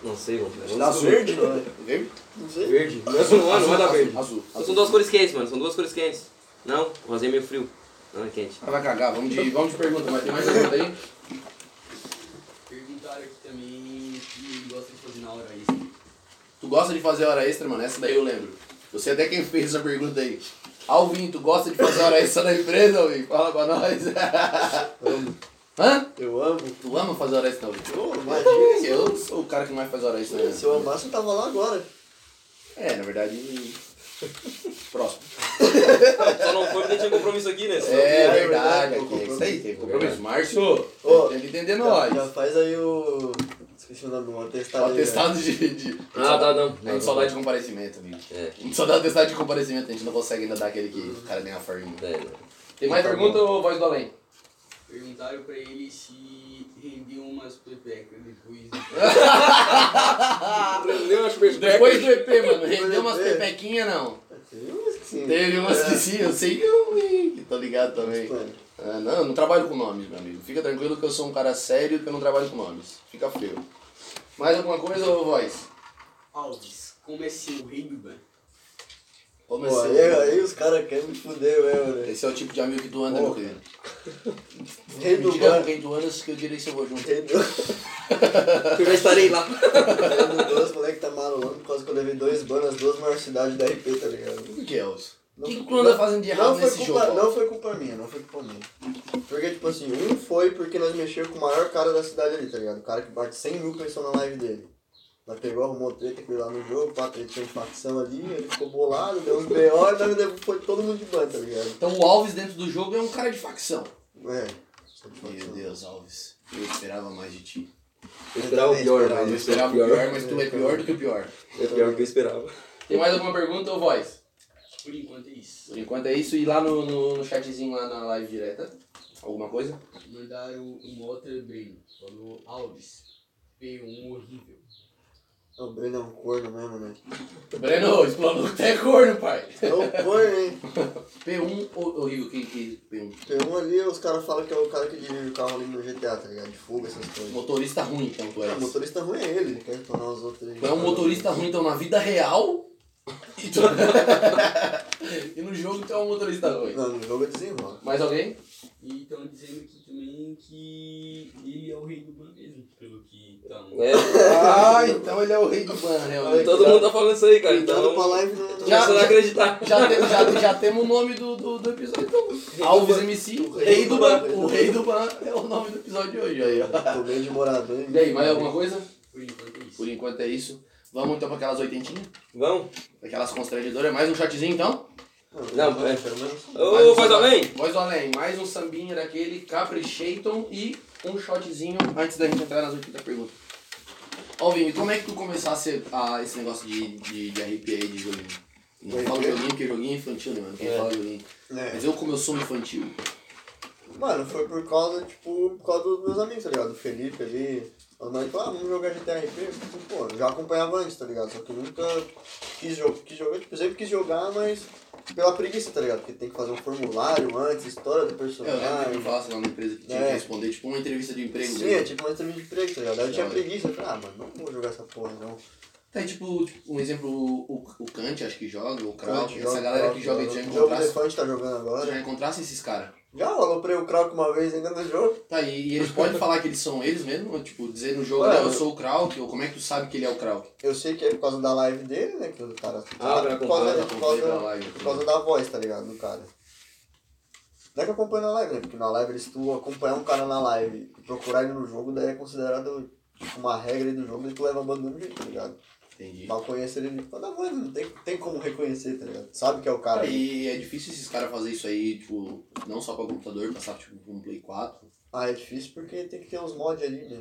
S2: Não sei, vamos ver.
S3: Dá Tá verde, não é?
S1: Verde?
S3: Não sei.
S2: Verde. Não, é não, não vai dar
S1: azul,
S2: verde.
S1: Azul.
S2: São
S1: azul.
S2: duas cores quentes, mano. São duas cores quentes. Não, o rosinha é meio frio. Não, é quente.
S1: Ah, vai cagar, vamos de, vamos de pergunta, mas tem mais pergunta aí?
S4: Perguntaram aqui também o que gosta de fazer na hora extra.
S1: Tu gosta de fazer hora extra, mano? Essa daí eu lembro. Você é até quem fez essa pergunta aí. Alvin, tu gosta de fazer hora extra na empresa, Alvin? Fala pra nós. Hã?
S3: Eu amo.
S1: Tu ama fazer hora extra, Alvin?
S3: Pô, imagina.
S1: Eu sou o cara que mais faz hora extra. né?
S3: Se eu amasse, eu tava lá agora.
S1: É, na verdade... Próximo.
S2: Só não foi porque tinha compromisso aqui, né? Senão-
S1: É,
S3: é
S1: verdade,
S3: verdade,
S1: aqui. É isso aí, teve compromisso. Tá,
S2: Verdade.
S1: Márcio,
S3: Ô,
S1: tem que entender
S3: Já,
S1: nós.
S3: já faz aí o. Esqueci o nome, o atestado.
S1: O
S3: aí, né?
S1: atestado de. de
S2: Ah, tá, não.
S1: A gente só dá de comparecimento, amigo.
S2: É.
S1: A gente só dá atestado de comparecimento, a gente não consegue ainda dar aquele que o cara ganha a né? firma.
S2: É, não.
S1: Tem mais
S3: Tá
S1: pergunta
S3: bom.
S1: ou voz do além?
S4: Perguntaram pra ele se rendiam umas pepecas depois.
S2: Eu acho que
S1: Depois do EP, mano, rendeu
S3: do
S1: umas
S3: EP.
S1: pepequinhas, não. É.
S3: né? Teve umas que sim.
S1: Teve umas que sim, eu sei que eu vi, que tô ligado também.
S3: Explana.
S1: Ah, não, eu não trabalho com nomes, meu amigo. Fica tranquilo que eu sou um cara sério e que eu não trabalho com nomes. Fica feio. Mais alguma coisa ou voz?
S4: Alves, como é ser o rei do ban?
S1: Como é
S3: Pô, aí,
S1: seu?
S3: aí os caras querem me fuder mesmo, né?
S1: Esse é o tipo de amigo que tu anda, meu
S3: Pô,
S1: querido.
S3: Rei
S1: Me
S3: do
S1: diga com
S3: ban.
S1: quem tu andas que eu direi se eu vou junto.
S3: Rei do
S2: Eu já estarei lá.
S3: rei do ban, os moleques tá malolando por causa que eu levei dois ban nas duas maiores cidades da RP, tá ligado?
S1: Por que, Elcio? O tá
S3: Não
S1: que,
S3: foi
S1: que tu anda
S3: culpa-
S1: fazendo de errado
S3: Não foi,
S1: nesse
S3: culpa,
S1: jogo? Alves?
S3: não foi culpa minha, não foi culpa minha. Porque, tipo assim, um foi porque nós mexemos com o maior cara da cidade ali, tá ligado? O cara que bate 100 mil pessoas na live dele. Nós pegou, arrumou treta com ele lá no jogo, pá, treta de facção ali, ele ficou bolado, deu uns B.O. e nós levou- foi todo mundo de ban, tá ligado?
S1: Então o Alves dentro do jogo é um cara de facção.
S3: É. só de
S1: Meu
S3: facção.
S1: Deus, Alves. Eu esperava mais de ti.
S2: Eu esperava o pior,
S3: Eu
S2: mas
S1: Eu
S2: eu
S1: esperava o pior, mas tu é pior do que o pior.
S2: É pior que eu esperava.
S1: Tem mais alguma pergunta ou voz?
S4: Por enquanto é isso.
S1: Por enquanto é isso. E lá no, no, no chatzinho, lá na live direta, alguma coisa?
S4: Mandaram um outra Breno. Falou, Alves, veio um horrível.
S3: O Breno é um corno mesmo, né?
S1: Breno, explanou até corno, pai.
S3: É o corno, hein?
S1: P1 ho- horrível, que, que P1?
S3: Tem um ali, os caras falam que é o cara que dirige o carro ali no GTA, tá ligado? De fuga, essas coisas.
S1: Motorista ruim, então tu
S3: Ah,
S1: és.
S3: motorista ruim é ele, ele quer tornar os outros.
S1: Tu é um motorista ruim, então na vida real. E, tu... e no jogo tu é um motorista ruim.
S3: Não, no jogo é desenrola.
S1: Mais alguém?
S4: E estão dizendo aqui também que ele é o rei do ban mesmo, pelo que estão.
S2: É,
S1: Ah, então ele é o rei do ban,
S3: realmente.
S2: todo mundo tá falando isso aí, cara. Então,
S3: Cuidado pra
S2: tô
S3: live não.
S1: Já-
S2: começando a acreditar.
S1: Já, te- já, já temos o nome do, do, do episódio, então. Alves MC,
S3: O
S1: rei, do ban. O rei do ban é o nome do episódio de hoje. Aí, ó.
S3: Tô meio de morador. hein?
S1: E aí, mais alguma coisa?
S4: Por enquanto é isso.
S1: Por enquanto é isso. Vamos então para aquelas oitentinhas,
S2: Vamos?
S1: aquelas constrangedoras. Mais um chatzinho então.
S2: Não,
S3: não,
S2: é.
S3: pelo menos.
S2: Ô, faz
S1: samba-
S2: além!
S1: Voz do além. Mais um sambinha daquele, capricheiton e um shotzinho antes da gente entrar nas 80 perguntas. Ó, Vini, como é que tu começasse a, esse negócio de, de, de RP aí, de joguinho? Não
S3: Vai
S1: fala
S3: ver.
S1: joguinho, porque joguinho é infantil, né, mano? Quem
S2: É.
S1: fala joguinho. Mas
S3: É.
S1: eu, como eu sou infantil,
S3: Mano, foi por causa, tipo, por causa dos meus amigos, tá ligado? O Felipe ali. Nós, tipo, ah, vamos jogar GTRP. Tipo, Pô, eu já acompanhava antes, tá ligado? Só que eu nunca quis, jo quis jogar, tipo, sempre quis jogar, mas pela preguiça, tá ligado? Porque tem que fazer um formulário antes, história do
S1: Eu lembro que eu
S3: personagem.
S1: falasse lá na empresa que tinha que
S3: É.
S1: responder, tipo, uma entrevista de emprego.
S3: Sim,
S1: né?
S3: é tipo uma entrevista de emprego, tá ligado? Aí eu tinha
S1: Não.
S3: preguiça, eu falei, ah, mano, não vou jogar essa porra, não.
S1: Tem, tipo, tipo, um exemplo, o, o Kant, acho que joga, o Kraut,
S3: Joga,
S1: essa galera que joga,
S3: joga,
S1: já
S3: O jogo
S1: encontrasse,
S3: Defante tá jogando agora.
S1: já encontrasse esses caras.
S3: Já aloprei o Krauk uma vez ainda no jogo.
S1: Tá, e, e eles podem falar que eles são eles mesmo? Ou, Tipo, dizer no jogo,
S3: Ué,
S1: não, eu
S3: eu-
S1: sou o Kraut, ou como é que tu sabe que ele é o Kraut?
S3: Eu sei que é por causa da live dele, né? Que o cara.
S2: Ah, o cara
S3: por
S2: acompanha,
S3: causa, por
S1: acompanha
S3: causa,
S1: pela live.
S3: por causa da voz, tá ligado? Do cara. Não é que acompanha na live, né? Porque na live, se tu acompanhar um cara na live e procurar ele no jogo, daí é considerado uma regra aí do jogo, e tu leva a banda do mesmo jeito, tá ligado?
S1: Entendi. Tá
S3: Mal conhece ele, fala, não, mano, não tem, tem como reconhecer, tá ligado? Sabe que é o cara.
S1: E é difícil esses caras fazer isso aí, tipo, não só pra computador, passar tipo pra um Play 4.
S3: Ah, é difícil porque tem que ter uns mods ali, né?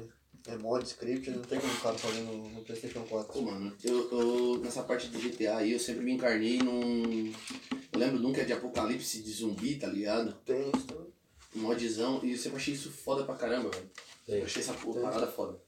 S3: É mod, script, não tem como o cara fazer no, no Playstation 4.
S1: Pô, mano, eu, eu nessa parte do GTA aí, eu sempre me encarnei num. Eu lembro nunca de apocalipse de zumbi, tá ligado?
S3: Tem isso né? também.
S1: Um modzão, e eu sempre achei isso foda pra caramba, velho.
S2: Tem.
S1: Eu achei essa porra, parada foda.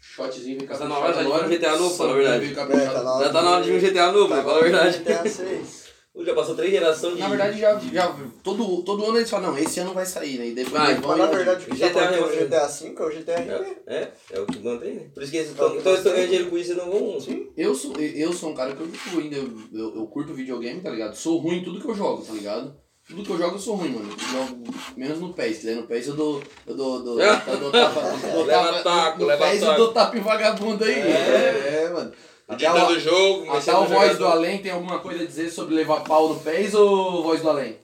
S1: Shotzinho vem
S2: Tá na
S1: caprichado
S2: hora de
S1: agora.
S2: um GTA novo, fala a verdade.
S1: Vem
S3: É,
S1: caprichado.
S3: tá na hora.
S2: Já tá na hora de um GTA novo,
S3: Tá
S2: fala a verdade.
S3: GTA 6.
S2: Já passou três gerações de...
S1: Na verdade, já, já todo, todo ano eles falam, não, esse ano vai sair, né? E depois
S2: Ah,
S1: eles vão
S3: Mas na
S1: e-
S3: verdade o que tá
S2: GTA
S3: mantendo
S2: é-
S3: o GTA 5 é o GTA RP.
S2: É, é, é o que mantém, né? Por isso que eles
S3: É o
S2: estão
S3: que
S2: então eles tão
S3: mantém.
S2: ganhando dinheiro com isso e não vão...
S1: Eu sou, eu sou um cara que eu tipo, ainda. Eu, eu, eu curto videogame, tá ligado? Sou ruim em tudo que eu jogo, tá ligado? Tudo que eu jogo eu sou ruim, mano. Eu jogo menos no PES, que daí tá no PES eu dou. Eu dou. dou, eu dou tapa, eu dou
S2: Leva
S1: tapa-
S2: taco,
S1: no
S2: leva
S1: PES eu
S2: taco. Tá
S1: dou tapa em vagabundo aí. É, mano. Até
S2: Ditando
S1: o,
S2: jogo,
S1: até
S2: mexendo
S1: Ah, tá, o
S2: no
S1: voz do
S2: jogador.
S1: além tem alguma coisa a dizer sobre levar pau no PES ou voz do além?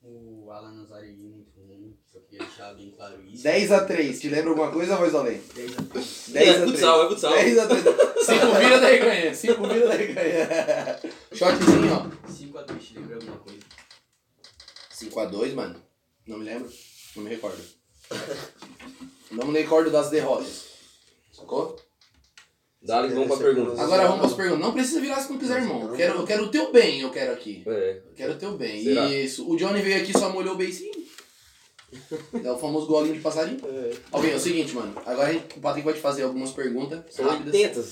S4: O Alan Nazarelli muito ruim, só queria deixar bem claro isso.
S1: 10x3, te lembra alguma coisa, voz do além?
S4: 10 a 3.
S1: 10
S2: É
S1: a
S2: futsal,
S1: 3.
S2: é futsal.
S1: 10 a 3. 5 vira daí ganha. 5 vira daí ganha. Shotzinho, ó.
S4: 5 a 2, te lembra alguma coisa?
S1: 5x2, mano. Não me lembro. Não me recordo. Não me recordo das derrotas. Sacou?
S2: Dale, vamos pra pergunta.
S1: Agora vamos às perguntas. Não precisa virar se não quiser, irmão. Eu quero, eu quero o teu bem, eu quero aqui.
S2: É.
S1: Eu quero o teu bem.
S2: Será?
S1: Isso. O Johnny veio aqui e só molhou o beicinho. Dá o famoso golinho de passarinho. Alguém, é o seguinte, mano. Agora a gente- o Patrick vai te fazer algumas perguntas
S2: São
S1: rápidas.
S2: 80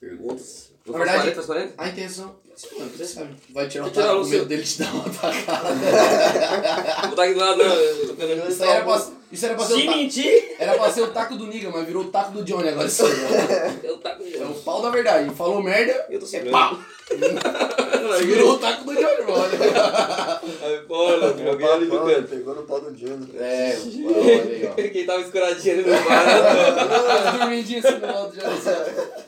S2: perguntas. Vou
S1: Na
S2: fazer
S1: verdade-
S2: 40, faz 40?
S1: A intenção. Sim, mano, você sabe. Vai tirar o
S2: Vai tirar
S1: taco,
S2: o
S1: o
S2: seu.
S1: medo dele te dar uma tacada.
S2: Vou botar aqui do lado, né? não. eu tô pegando-
S1: Isso aí é era pra, isso era pra ser o
S2: Se
S1: taco.
S2: mentir,
S1: Era pra ser o taco do Nigga, mas virou o taco do Johnny agora. Isso aí,
S2: eu tá taco no
S1: É o
S2: jogo.
S1: pau da verdade. Falou merda,
S2: Eu tô
S1: é
S2: segurando.
S1: pau. Virou o taco do Johnny, mano.
S2: Aí, Olha, alguém ali no canto.
S3: Pegou no pau do Jano.
S1: É, olha aí, ó.
S2: Quem tava escoradinho ali no bar.
S1: Tá dormidinho assim do lado do Johnny.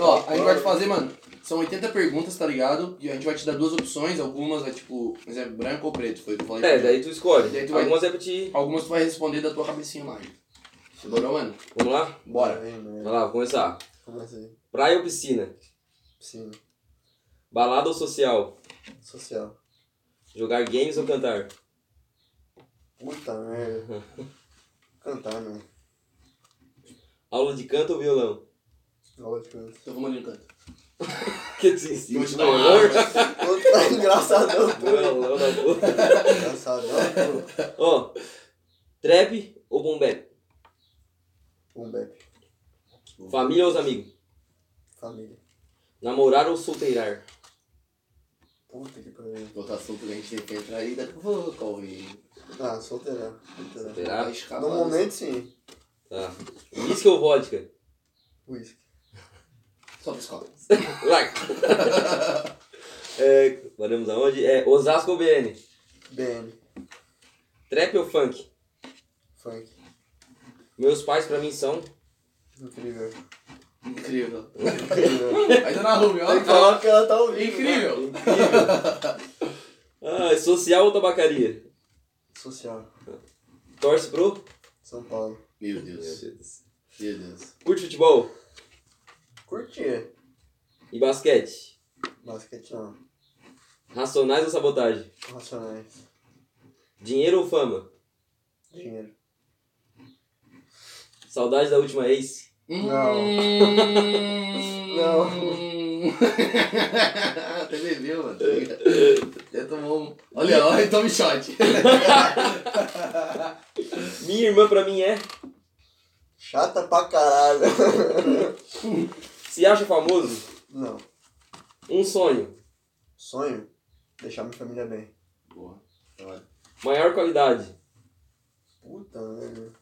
S1: Ó, a gente vai te fazer, mano. São 80 perguntas, tá ligado? E a gente vai te dar duas opções. Algumas é tipo, mas é branco ou preto, foi o que eu falei.
S2: É, daí tu escolhe.
S1: Daí tu vai-
S2: Algumas é pra ti.
S1: Algumas tu vai responder da tua cabecinha lá. gente. Demorou, mano?
S2: Vamos lá?
S1: Bora.
S3: Vem, vem.
S2: Vai lá, vou começar.
S3: Começa aí.
S2: Praia ou piscina?
S3: Piscina.
S2: Balada ou social?
S3: Social.
S2: Jogar games ou cantar?
S3: Puta merda. Cantar, né?
S2: Aula de canto ou violão?
S3: Aula de canto.
S1: Eu vou mandar um canto.
S2: Que desistiu.
S1: Vou te dar um uma
S3: Puta, engraçadão, pô.
S2: Violão na boca.
S3: Engraçadão,
S2: Ó, trap ou bombé?
S3: pô. Um back.
S2: Família ou os amigos?
S3: Família.
S2: Namorar ou solteirar?
S3: Puta que pariu.
S1: Outro assunto que a gente tem que entrar aí, daqui a pouco, Calvin.
S3: Ah, solteirão. Solteirão.
S1: Vai
S2: Solteirar?
S1: escapar
S3: No momento, sim.
S2: Tá. Whisky ou vodka?
S3: Whisky.
S1: dessa- Só piscola.
S2: Like. é, paramos aonde? É, Osasco ou BN?
S3: BN.
S2: Trap ou funk?
S3: Funk.
S2: Meus pais pra mim são...
S3: Incrível.
S1: Incrível.
S3: Incrível.
S1: Ainda na Rumi, ó.
S3: Tem que falar que ela tá ouvindo. né?
S1: Incrível.
S2: Ah, social ou tabacaria?
S3: Social.
S2: Torce pro?
S3: São Paulo.
S1: Meu
S2: Meu
S1: Deus.
S2: Deus.
S1: Meu Deus.
S2: Curte futebol
S3: Curtir.
S2: e basquete?
S3: Basquete não.
S2: Racionais ou sabotagem?
S3: Racionais.
S2: Dinheiro ou fama?
S3: Dinheiro.
S2: Saudade da última ex?
S3: Não.
S1: Até bebeu, mano. Até tomou um. Olha, olha, e toma um shot.
S2: Minha irmã pra mim é...
S3: Chata pra caralho.
S2: Se acha famoso?
S3: Não.
S2: Um sonho?
S3: Sonho? Deixar minha família bem.
S1: Boa.
S2: Maior qualidade?
S3: Puta merda.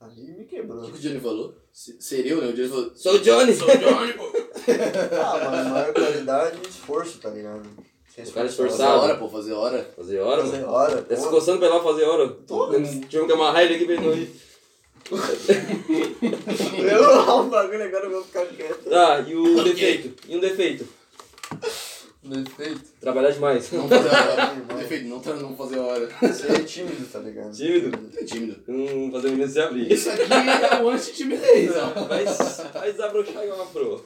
S3: Aí me quebrou.
S1: O que o Johnny falou? Se- Seria eu, né? O Johnny falou.
S2: Sou o Johnny!
S1: Sou o Johnny, pô.
S3: Ah, mas maior qualidade e esforço, tá ligado? Se
S2: O cara
S1: Fazer
S2: esforçado.
S1: hora, pô, fazer hora.
S2: Fazer hora, mano.
S3: Fazer hora.
S2: Tá se
S3: pô.
S2: coçando pra ir lá fazer hora?
S3: Tô.
S2: Tivemos que amarrar ele aqui pra ele não ir.
S3: Eu
S2: Ah,
S3: vou um bagulho agora eu vou ficar quieto.
S2: Tá, e o defeito? E um defeito?
S5: Defeito.
S2: Trabalhar demais.
S1: Não fazer a hora.
S3: Irmão.
S1: Defeito, não, tra- não fazer a hora.
S3: Você é tímido, tá ligado?
S2: Tímido.
S1: É tímido.
S2: Hum, fazer o menino se abrir.
S1: Isso aqui é o anti-timidez, ó.
S2: Faz, faz abrochar igual uma pro.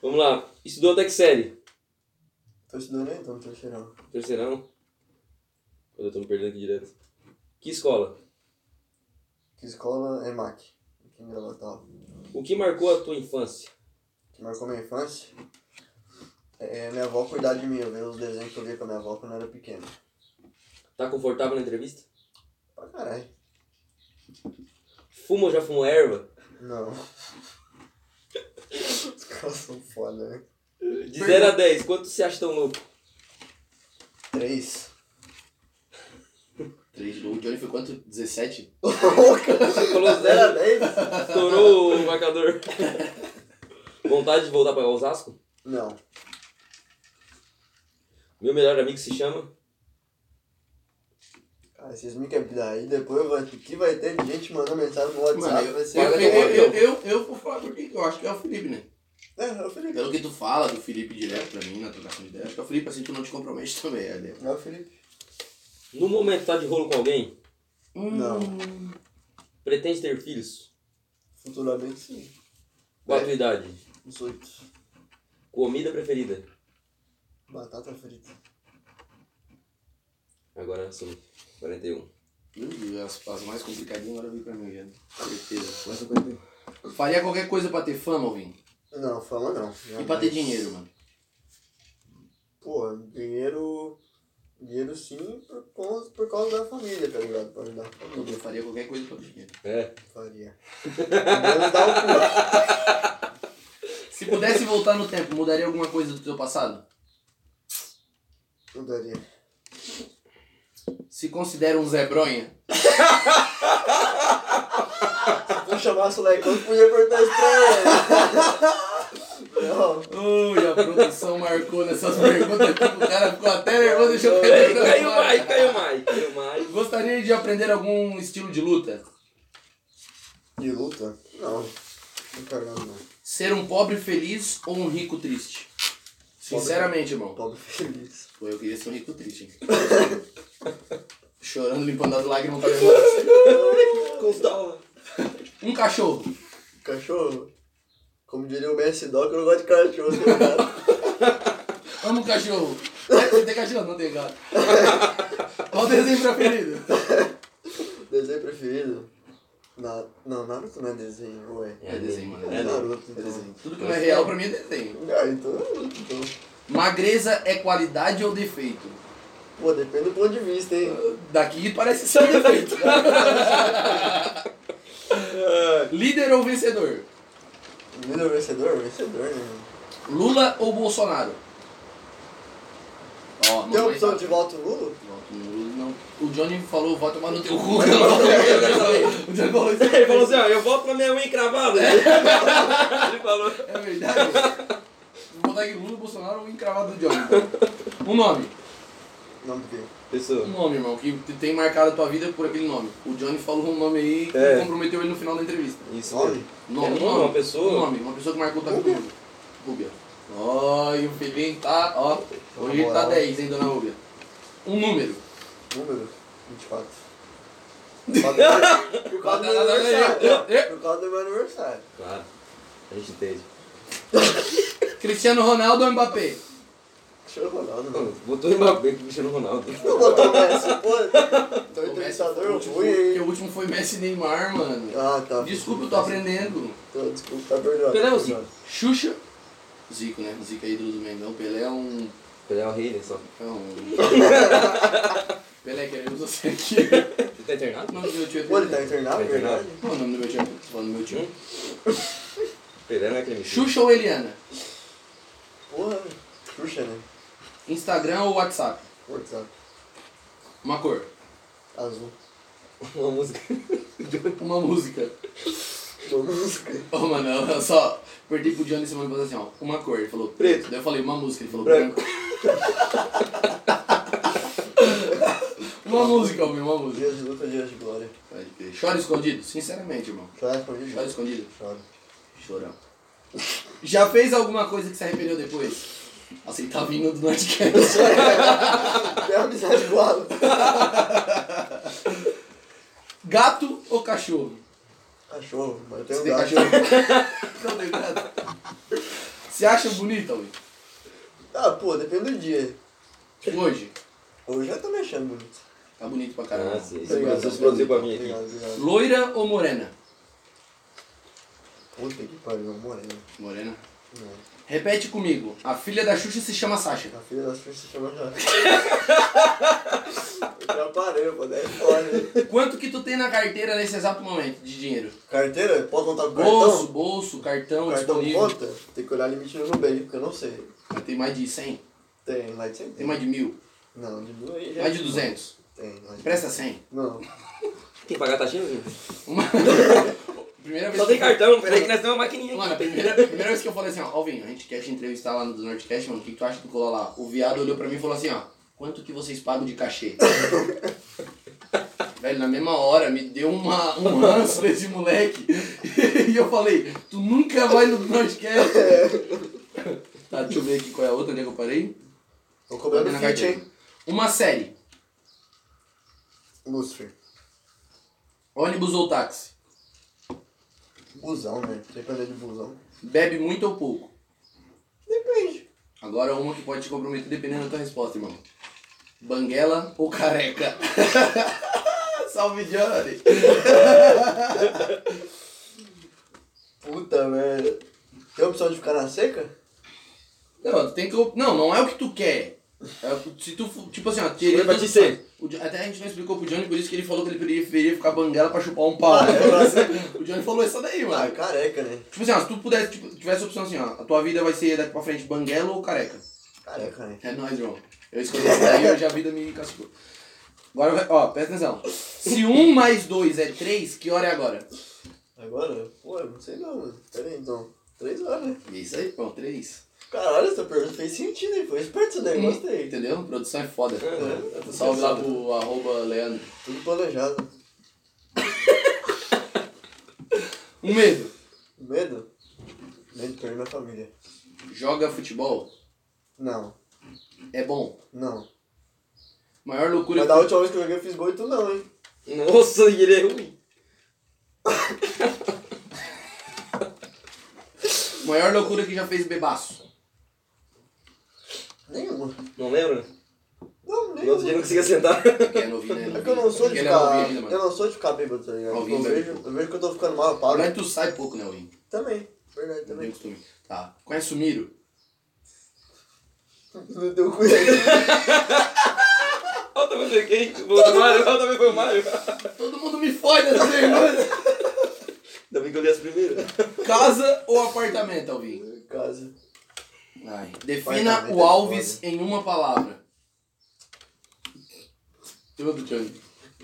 S2: Vamos lá. Estudou até que série?
S3: Tô estudando aí, então, tô cheirando.
S2: Terceirão? Eu tô me perdendo aqui direto. Que escola?
S3: Que escola é MAC? Aqui em Gravatal.
S2: O que marcou a tua infância?
S3: Que marcou minha infância. É, minha avó cuidar de mim, eu via os desenhos que eu via com a minha avó quando eu era pequeno.
S2: Tá confortável na entrevista?
S3: Pra caralho.
S2: Fuma ou já fumou erva?
S3: Não. Os caras são foda, né?
S2: De 0 a 10, quanto você acha tão louco?
S3: Três.
S1: 3 O Johnny foi quanto? 17?
S2: Você falou
S3: Zero a
S2: zero,
S3: dez?
S2: estourou o marcador. Vontade de voltar pra Osasco?
S3: Não.
S2: Meu melhor amigo se chama?
S3: Cara, vocês me quebram aí, depois eu vou... que vai ter de gente mandando mensagem no WhatsApp,
S1: Mano, eu,
S3: vai
S1: eu,
S3: ser...
S1: eu,
S3: foda.
S1: eu, eu, eu vou falar porque eu acho que é o Felipe, né?
S3: É, é o Felipe.
S1: Pelo que tu fala do Felipe direto pra mim, na trocação de ideia, acho que é o Felipe, assim, tu não te compromete também, é né?
S3: É o Felipe.
S2: No momento tá de rolo com alguém?
S3: Não.
S2: Hum. Pretende ter filhos?
S3: Futuramente, sim.
S2: Qual a tua idade?
S3: 18.
S2: Comida preferida?
S3: Batata frita.
S2: Agora sim, 41.
S1: Meu Deus, as, as mais complicadinhas agora vem pra mim, já. Certeza.
S2: Começa com 41.
S1: Faria qualquer coisa pra ter fama, Alvin.
S3: Não, fama não.
S1: E pra ter dinheiro, mano.
S3: Pô, dinheiro... Dinheiro sim, por causa, por causa da família, tá ligado? Pra ajudar a
S1: Então, Eu
S3: família.
S1: faria qualquer coisa pra ter dinheiro.
S2: É.
S3: Faria. Vamos dar o cu.
S1: Se pudesse voltar no tempo, mudaria alguma coisa do teu passado?
S3: Não daria.
S1: Se considera um Zé Bronha?
S3: Se eu chamasse o Lecão, eu podia perguntar isso pra ele. Não.
S1: Ui, a produção marcou nessas perguntas aqui, o cara ficou até nervoso, deixa eu
S2: Ei,
S1: perguntar
S2: caiu
S1: agora.
S2: mais, caiu mais, caiu mais.
S1: Gostaria de aprender algum estilo de luta?
S3: De luta? Não. Não cagando, não.
S1: Ser um pobre feliz ou um rico triste? Sinceramente, irmão.
S3: Pobre feliz.
S1: Pô, eu queria ser um rico triste, hein? Chorando, limpando as lágrimas pra lembrar.
S2: Com os dólares.
S1: Um cachorro.
S3: Cachorro? Como diria o Messi Doc, eu não gosto de cachorro, tá ligado?
S1: Amo um cachorro. Você tem cachorro? Não tem gato. Qual o desenho preferido?
S3: desenho preferido? Na... Não, Naruto não é desenho, ué.
S1: É desenho, mano.
S3: É
S1: É
S3: Naruto, então.
S1: desenho. Tudo que não é real pra mim é desenho.
S3: Ah, então é Naruto, então.
S1: Magreza é qualidade ou defeito?
S3: Pô, depende do ponto de vista, hein?
S1: Daqui parece ser um defeito. Líder ou vencedor?
S3: Primeiro vencedor, vencedor, né? mano?
S1: Lula ou Bolsonaro? Ó,
S3: Tem a
S1: não
S3: opção
S1: vai-
S3: de voto Lula?
S1: Voto no Lula, não. O Johnny falou, vai tomar no teu cu. que eu não vou saber, eu quero saber. O Johnny falou isso.
S2: Ele falou assim, ó, eu volto pra minha unha encravada. Ele falou.
S1: É verdade. Vou botar aqui Lula, Bolsonaro ou encravado do Johnny. então. Um nome.
S3: Não, porque...
S1: Um
S2: Pessoa.
S1: nome, irmão, que te- tem marcado a tua vida por aquele nome. O Johnny falou um nome aí que
S2: É.
S1: comprometeu ele no final da entrevista.
S2: Isso
S3: Nome?
S1: Nome,
S2: É
S1: um
S2: nome,
S1: nome.
S2: uma pessoa?
S1: Um nome, uma pessoa que marcou tua
S3: Rubia.
S1: vida. Rubia. Ó, e o Felipe tá, ó. Hoje ele tá
S3: moral.
S1: 10, hein, dona Rubia. Um número.
S3: Número? 24. Por por causa do meu aniversário. Por causa do meu aniversário.
S2: Claro. A gente entende.
S1: Cristiano Ronaldo ou Mbappé?
S3: Cristiano Ronaldo, mano.
S2: Botou o Mbappé com o Cristiano Ronaldo.
S3: Não botou o Messi, pô. Tô
S1: O Messi
S3: entrevistador
S1: foi o último,
S3: ruim
S1: Porque
S3: aí.
S1: o último foi Messi e Neymar, mano.
S3: Ah, tá.
S1: Desculpa, eu tô aprendendo.
S3: Tô- Desculpa, tá perdoado.
S2: Pelé
S3: tá
S2: ou Zico?
S3: perdoado.
S1: Xuxa. Zico, né? Zico é ídolo do Mengão. Pelé é um.
S2: Ele é o rei, né, só.
S1: É um... Pelé, queremos você aqui.
S2: Ele tá internado?
S1: O nome do meu tio é
S3: Pô, ele tá Hum?
S1: Pelé.
S3: internado,
S2: Tá internado.
S3: verdade?
S1: Qual é o nome do meu tio? Tô falando do meu tio.
S2: Pelé não é aquele mexer.
S1: Xuxa ou Eliana?
S3: Porra, Xuxa, né?
S1: Instagram ou WhatsApp?
S3: WhatsApp.
S1: Uma cor.
S3: Azul.
S2: Uma música.
S1: Uma música.
S3: Tô música.
S1: Ô, mano, eu só perdi pro Johnny semana passada assim, ó. Uma cor. Ele falou preto. Daí eu falei uma música. Ele falou branco.
S3: Branco.
S1: uma música, homem, uma música.
S3: Dias de luta, dias de glória.
S1: Pode crer. Chora escondido? Sinceramente, irmão.
S3: Chora escondido.
S1: Chora escondido?
S3: Chora.
S1: Chorão. Já fez alguma coisa que se arrependeu depois? aceitar vindo do Nordcast.
S3: É uma amizade igual.
S1: Gato ou cachorro?
S3: Cachorro, mas eu
S1: Você
S3: tenho
S1: tem
S3: gato.
S1: cachorro? Não tem gato. Você acha bonita, Luiz?
S3: Ah, pô, depende do dia.
S1: Tipo, Hoje,
S3: Hoje eu também achando bonito.
S1: tá bonito pra caramba.
S2: Ah, sim. Você
S3: Obrigado.
S2: produziu pra mim aqui.
S3: Obrigado, obrigado.
S1: Loira ou morena?
S3: Puta que pariu, moreno.
S1: Morena.
S3: Não.
S1: Repete comigo. A filha da Xuxa se chama Sasha.
S3: A filha das filhas se chama já. já parei, pô, daí é foda.
S1: Quanto que tu tem na carteira nesse exato momento de dinheiro?
S3: Carteira? Pode contar com o
S1: Bolso,
S3: cartão?
S1: bolso, cartão,
S3: Cartão
S1: disponível.
S3: conta? Tem que olhar limite no Nubank, porque eu não sei.
S1: Mas Tem mais de 100?
S3: Tem, mais de 100
S1: Tem mais de mil?
S3: Não, de duas aí já. é
S1: Mais de 200?
S3: Tem, mais de
S1: Presta 100.
S3: Não.
S2: Tem que pagar a taxinha, viu?
S1: Uma... primeira vez
S2: Só tem
S1: que eu-
S2: cartão, peraí que nós temos uma maquininha
S1: Mano, a
S2: aqui.
S1: primeira, primeira vez que eu falei assim, ó, ó, Vinho, a gente quer te entrevistar lá no do Nordcast, mano, o que que tu acha que tu colou lá? O viado olhou pra mim e falou assim, ó, quanto que vocês pagam de cachê? Velho, na mesma hora me deu uma, um ranço esse moleque. e eu falei, tu nunca vai no Nordcast. tá, deixa eu ver aqui qual é a outra, onde é que eu parei?
S3: Tô cobrando
S1: Na Tá
S3: fit,
S1: carteira.
S3: hein?
S1: Uma série,
S3: Lucifer.
S1: ônibus ou táxi,
S3: Busão, né? Sempre andei de busão.
S1: bebe muito ou pouco?
S3: Depende.
S1: Agora uma que pode te comprometer dependendo da tua resposta, irmão. Banguela ou careca? Salve, Johnny!
S3: Puta merda. Tem opção de ficar na seca?
S1: Não, tu tem que... op- não, não é o que tu quer. É o que- se tu... fu- Tipo assim, ó... Teria
S2: Escolha pra
S1: todas
S2: ti
S1: as-
S2: ser.
S1: o Jo- Até a gente não explicou pro Johnny, por isso que ele falou que ele preferia ficar banguela pra chupar um pau.
S3: Ah, é pra ser.
S1: o Johnny falou isso daí,
S3: Ah,
S1: mano.
S3: careca, né?
S1: Tipo assim, ó, se tu pudesse, tipo, tivesse a opção assim, ó, a tua vida vai ser daqui pra frente banguela ou careca?
S3: Careca, né?
S1: É nóis, irmão. Eu escolhi essa daí e hoje a vida me cascou. Agora, vai- ó, presta atenção. Se um mais dois é três, que hora é agora?
S3: Agora, pô, eu não sei não, mano. Pera aí, então. Três horas, né?
S1: É isso aí, pô, três.
S3: Caralho, essa pergunta fez sentido, hein? Foi esperto esse negócio, gostei.
S1: Entendeu? Produção é foda.
S3: É, é
S1: Salve lá
S3: pensado.
S1: pro arroba Leandro.
S3: Tudo planejado.
S1: Um medo.
S3: Medo? Medo de perder minha família.
S1: Joga futebol?
S3: Não,
S1: É bom.
S3: não.
S1: Maior loucura que
S3: Mas da
S1: tu-
S3: última vez que eu joguei eu fiz gol e tu não, hein?
S2: Nossa, ele é ruim.
S1: Maior loucura que já fez bebaço.
S3: Nenhuma.
S2: Não lembra? No outro
S3: Não,
S2: dia eu não
S3: nenhuma.
S2: conseguia sentar.
S1: Porque é novinho, né?
S3: É que eu não sou de
S1: Porque ele é novinho
S3: ficar.
S1: ainda,
S3: eu
S1: mano. né?
S3: não sou de ficar bêbado, tá ligado?
S1: Novinho
S3: Eu
S1: mesmo.
S3: vejo, eu vejo que eu tô ficando mal, eu paro.
S1: Agora tu sai pouco, né, Win?
S3: Também. Verdade,
S1: Não tem
S3: também.
S1: costume. Tá. Conhece o Miro?
S3: Não deu cu.
S2: Olha o tamanho do quem? O Mário, olha o tamanho do Mário.
S1: Todo mundo me fode né, nessa pergunta.
S2: Ainda bem que eu li as primeiras.
S1: Casa ou apartamento, Alvin?
S3: Casa.
S1: Ai, defina
S3: Apartamento
S1: o
S3: é
S1: Alves em uma palavra. Deu do Johnny.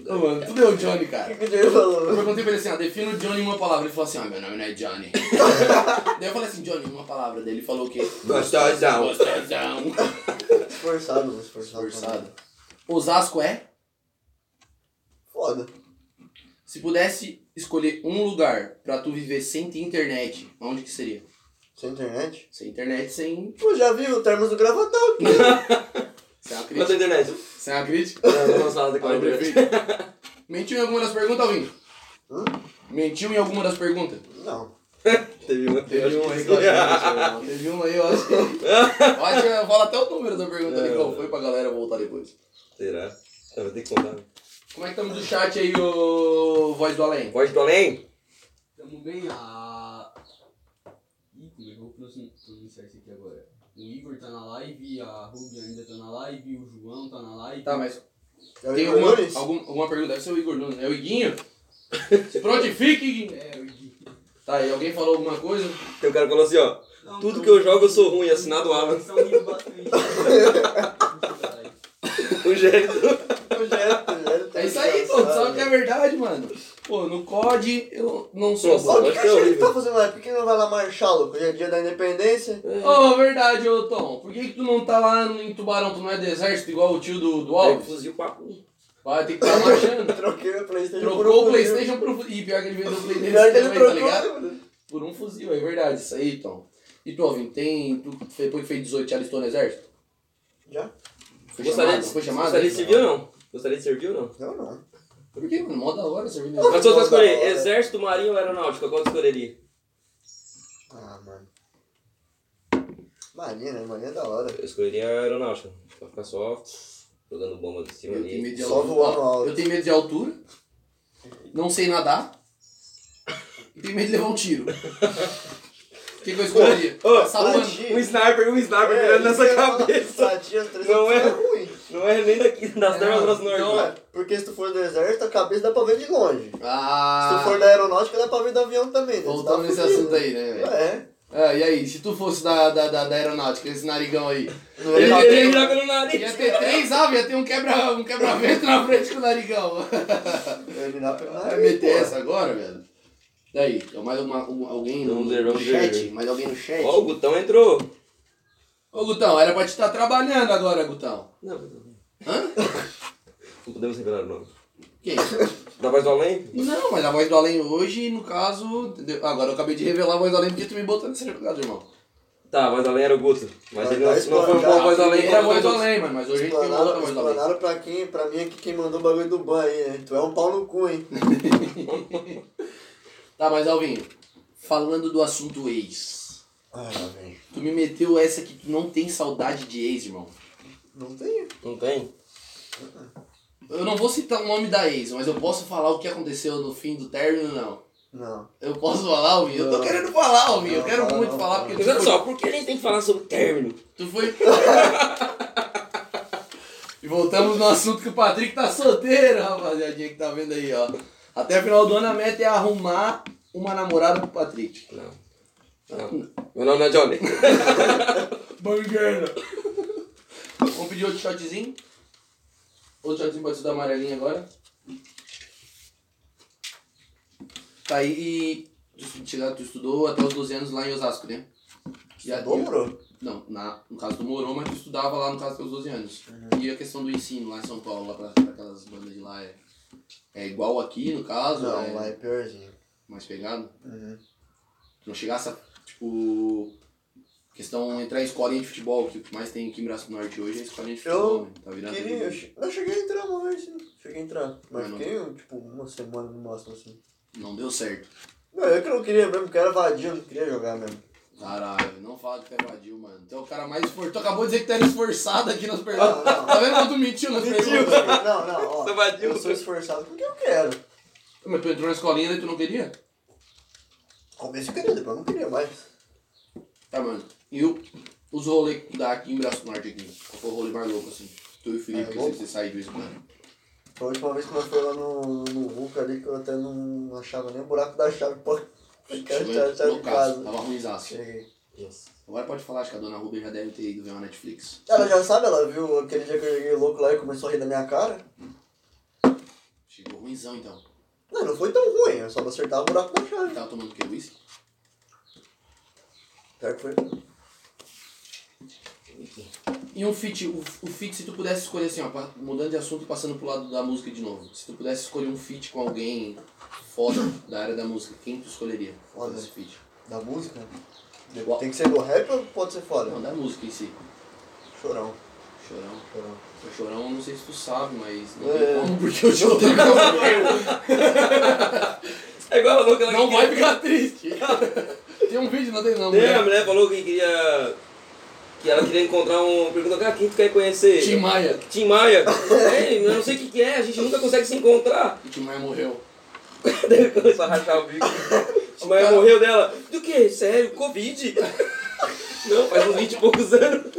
S1: Ô, mano, tu deu o Johnny,
S3: O que
S1: cara.
S3: que o Diego
S1: Eu
S3: falou?
S1: perguntei pra ele assim, ó, defina o Johnny em uma palavra. Ele falou assim, ah, meu nome não é Johnny. Daí eu falei assim, Johnny, uma palavra. Daí ele falou o quê?
S2: Gostosão.
S1: Gostosão.
S3: Esforçado, mano, esforçado.
S1: Forçado. Osasco é?
S3: Foda.
S1: Se pudesse escolher um lugar pra tu viver sem ter internet, onde que seria?
S3: Sem internet?
S1: Sem internet, sem...
S3: Pô, já viu o termos do gravatão aqui.
S1: Sem uma crítica.
S2: Quanto a internet?
S1: Sem uma crítica.
S2: Não, não sala da
S1: Alô,
S2: quarentena.
S1: prefeito. Mentiu em alguma das perguntas, Alvin?
S3: Hum?
S1: Mentiu em alguma das perguntas?
S3: Não.
S2: Teve né? uma
S1: Teve um aí que eu acho que
S2: Olha
S1: mentiu, Teve um aí, eu acho que. Eu acho que fala até o número da pergunta ali, qual foi pra galera voltar depois.
S2: Será? Eu vou ter que contar.
S1: Como é que estamos do chat aí, ô Voz do Além?
S2: Voz do além?
S4: Tamo bem a. Ih, como é que eu vou pronunci- pronunciar isso aqui agora? O Igor tá na live, a Ruby ainda tá na live, o João tá na live.
S1: Tá, mas
S3: É o
S1: tem
S3: Igor
S1: alguma,
S3: Nunes?
S1: algum- alguma pergunta? Deve ser o Igor Nunes. É o Iguinho? Se prontifique, Iguinho.
S4: É, o Igor.
S1: Tá, e alguém falou alguma coisa?
S2: Tem um cara que falou assim, ó. Tudo que eu jogo eu sou ruim, assinado Alan.
S4: Vocês estão rindo bastante.
S2: O jeito.
S3: Projeto, velho, tá
S1: É isso aí, pô.
S3: engraçado.
S1: Tu sabe que é verdade, mano. Pô, no COD eu não sou
S2: Nossa,
S1: bom.
S3: Olha o
S2: Acho
S3: que
S2: que é
S3: a gente
S2: horrível.
S3: tá fazendo lá? Por que não vai lá marchar, louco? Hoje é dia da independência.
S2: É.
S1: Ô, verdade, ô Tom. Por que, que tu não tá lá em Tubarão? Tu não é do exército igual o tio do, do
S2: Pega o
S1: Alves?
S2: É, fuzil papo.
S1: Vai ter que estar marchando.
S3: Troquei meu Playstation por um
S1: Trocou o
S3: fuzil.
S1: Playstation pro fuzil. E pior que ele vendeu o Playstation
S3: Pior que
S1: também,
S3: ele
S1: tá
S3: trocou,
S1: ligado?
S3: mano.
S1: Por um fuzil, é verdade. Isso aí, Tom. E tu, Alvin, tem. Tu, depois que fez 18 já alistou no exército?
S3: Já?
S1: Foi
S2: Gostaria
S1: chamado?
S2: de,
S1: Foi chamado?
S2: gostaria de servir ou não? Gostaria de servir ou não?
S3: Eu não.
S1: Por que, mano? Mó da hora servir no
S2: Mas se você
S3: Nossa,
S2: escolher
S3: da hora.
S2: exército, marinho ou aeronáutica, qual tu escolheria?
S3: Ah, mano. Marinha, né? Marinha é da hora.
S2: Eu escolheria aeronáutica. Pra ficar só jogando bomba de cima
S1: Eu tenho medo
S2: ali.
S1: de
S3: Só
S1: altura.
S3: voando alto.
S1: Eu tenho medo de altura. Não sei nadar. E tenho medo de levar um tiro. O que, que eu escolheria?
S2: Ô, ô,
S1: Passar um ano.
S3: Latinha.
S2: Um sniper, um
S3: É,
S2: sniper
S1: É,
S2: virando nessa cabeça.
S3: Latinha, as três
S2: Não
S3: não
S2: é?
S3: é ruim.
S2: Não é nem daqui, das
S1: É,
S2: termas né? das
S1: então-
S2: normas.
S3: Ué, porque se tu for do exército, a cabeça dá pra ver de longe. Se tu for
S1: Ah,
S3: da aeronáutica, dá pra ver do avião também. Né? Tu
S1: voltando
S3: tá
S1: nesse
S3: fudido.
S1: assunto aí, né, velho?
S3: É.
S1: Ah, e aí, se tu fosse da, da, da, da aeronáutica, esse narigão aí,
S3: Não é
S2: Ele,
S1: Ele- tá É.
S3: nada.
S2: ele joga no
S1: ia
S2: nariz.
S1: ter três aves, ia ter um quebra- um quebra-vento na frente com o narigão.
S3: Terminar pelo
S1: Vai
S3: nariz,
S1: meter
S3: pô.
S1: essa agora, velho? Daí, tem mais alguma, algum- alguém no,
S2: Vamos ver,
S1: no
S2: vamos
S1: chat?
S2: ver.
S1: Mais alguém no chat?
S2: Ó, o Gutão entrou.
S1: Ô, Gutão, era pra te estar trabalhando agora, Gutão.
S2: Não, não
S1: Hã?
S2: podemos revelar o nome.
S1: Quem?
S2: Da voz do além?
S1: Não, mas a voz do além hoje, no caso. entendeu? Agora eu acabei de revelar a voz do além porque tu me botou nessa jogada, irmão.
S2: Tá, a voz do além era o Guto. Mas
S3: Vai,
S2: ele não,
S3: vai,
S2: não foi um bom
S3: vai,
S2: voz do além.
S1: Primeiro Era a
S2: como
S1: voz do
S2: todos.
S1: além, mas, mas hoje a gente tem uma outra
S3: Explanaram,
S1: voz do além.
S3: explanaram pra quem, pra mim aqui quem mandou o bagulho do ban aí, né? Tu é um pau no cu, hein?
S1: Tá, mas Alvinho, falando do assunto ex.
S3: Ah, lá vem.
S1: Tu me meteu essa que tu não tem saudade de ex, irmão.
S3: Não tenho.
S2: Não tem?
S1: Eu não vou citar o nome da ex, mas eu posso falar o que aconteceu no fim do término, não.
S3: Não.
S1: Eu posso falar, Alvinho? Eu tô
S3: Não.
S1: querendo falar, Alvinho. Eu
S3: Não,
S1: quero
S3: fala
S1: muito
S3: não,
S1: falar,
S3: fala
S1: porque
S2: Mas
S1: tu
S2: olha
S1: foi...
S2: só, por que a gente tem que falar sobre término?
S1: Tu foi... e voltamos no assunto que o Patrick tá solteiro, rapaziadinha que tá vendo aí, ó. Até o final do ano a meta é arrumar uma namorada pro Patrick.
S2: Não. Não. Meu nome não é Johnny.
S1: Bangueira. Vamos pedir outro shotzinho? Outro shotzinho pode ser da amarelinha agora. Tá aí e tu, chegar- tu estudou até os 12 anos lá em Osasco, né? E a-
S3: Bom, bro?
S1: Não, na, no caso do Morão, mas tu estudava lá no caso até os 12 anos.
S3: Uhum.
S1: E a questão do ensino lá em São Paulo, lá pra, pra aquelas bandas de lá, é, é igual aqui no caso?
S3: Não,
S1: é
S3: lá é piorzinho.
S1: mais pegado?
S3: Uhum.
S1: não chegasse a, tipo, questão entrar em escolinha de futebol, que o que mais tem aqui em Braço do Norte hoje é escolinha de futebol,
S3: Eu
S1: né? Tá virando
S3: Queria, eu,
S1: tudo.
S3: che- eu cheguei a entrar uma vez, sim. Cheguei a entrar. Mas
S1: Mas não.
S3: fiquei, tipo, uma semana no máximo, assim.
S1: Não deu certo.
S3: Não, eu que não queria mesmo, porque era vadio, eu não queria jogar mesmo.
S1: Caralho, não fala que tu é vadio, mano. Tu é o cara mais esforçado. Tu acabou de dizer que tu era esforçado aqui nas perguntas.
S3: Não, não.
S1: Tá vendo quando tu mentiu nas perguntas?
S3: Não, não, ó.
S2: Sou vadio.
S3: Eu sou esforçado porque eu quero.
S1: Mas tu entrou na escolinha e tu não queria?
S3: Começo eu queria, depois eu não queria mais.
S1: Tá, mano. E o, os rolês que dá aqui em Braço do Norte aqui? Qual foi o rolê mais louco, assim? Tu e o Felipe, que
S3: É,
S1: eu sei
S3: louco?
S1: que você saiu de vez em quando.
S3: Foi a última vez que nós foi lá no, no Vulca ali, que eu até não achava nem o buraco da chave, pô. Eu quero achar a chave de
S1: Loucaço,
S3: casa.
S1: tava ruimzaço.
S3: Cheguei.
S1: Agora pode falar, acho que a dona Ruben já deve ter ido ver uma Netflix.
S3: Ela já sabe, ela viu aquele dia que eu joguei louco lá e começou a rir da minha cara.
S1: Chegou ruimzão, então.
S3: Não, não foi tão ruim, eu só não acertava o buraco da chave.
S1: Tava tomando o que? Whisky?
S3: Pior que foi.
S1: E um feat, o, o feat, se tu pudesse escolher assim, ó, pa- mudando de assunto e passando pro lado da música de novo. Se tu pudesse escolher um feat com alguém foda da área da música, quem tu escolheria?
S3: Foda.
S1: Esse feat.
S3: Da música?
S1: Igual.
S3: Tem que ser do rap ou pode ser fora?
S1: Não, da música em si.
S3: Chorão,
S1: Chorão.
S3: chorão.
S1: O Chorão, eu não sei se tu sabe, mas não
S3: É.
S1: tem como, porque o Chorão não,
S2: É igual falou que ela
S1: não
S2: queria...
S1: vai ficar triste. tem um vídeo, não tem não,
S2: É, a
S1: mulher.
S2: mulher falou que queria... Que ela queria encontrar um... Perguntou, cara, quem tu quer conhecer?
S1: Tim Maia.
S2: Tim Maia. é, eu não sei o que que é, a gente nunca consegue se encontrar.
S1: E Tim Maia morreu.
S2: Daí ele começou a rachar o bico. Tim Maia morreu dela. Do que? Sério? Covid? Não, faz uns 20 e poucos anos.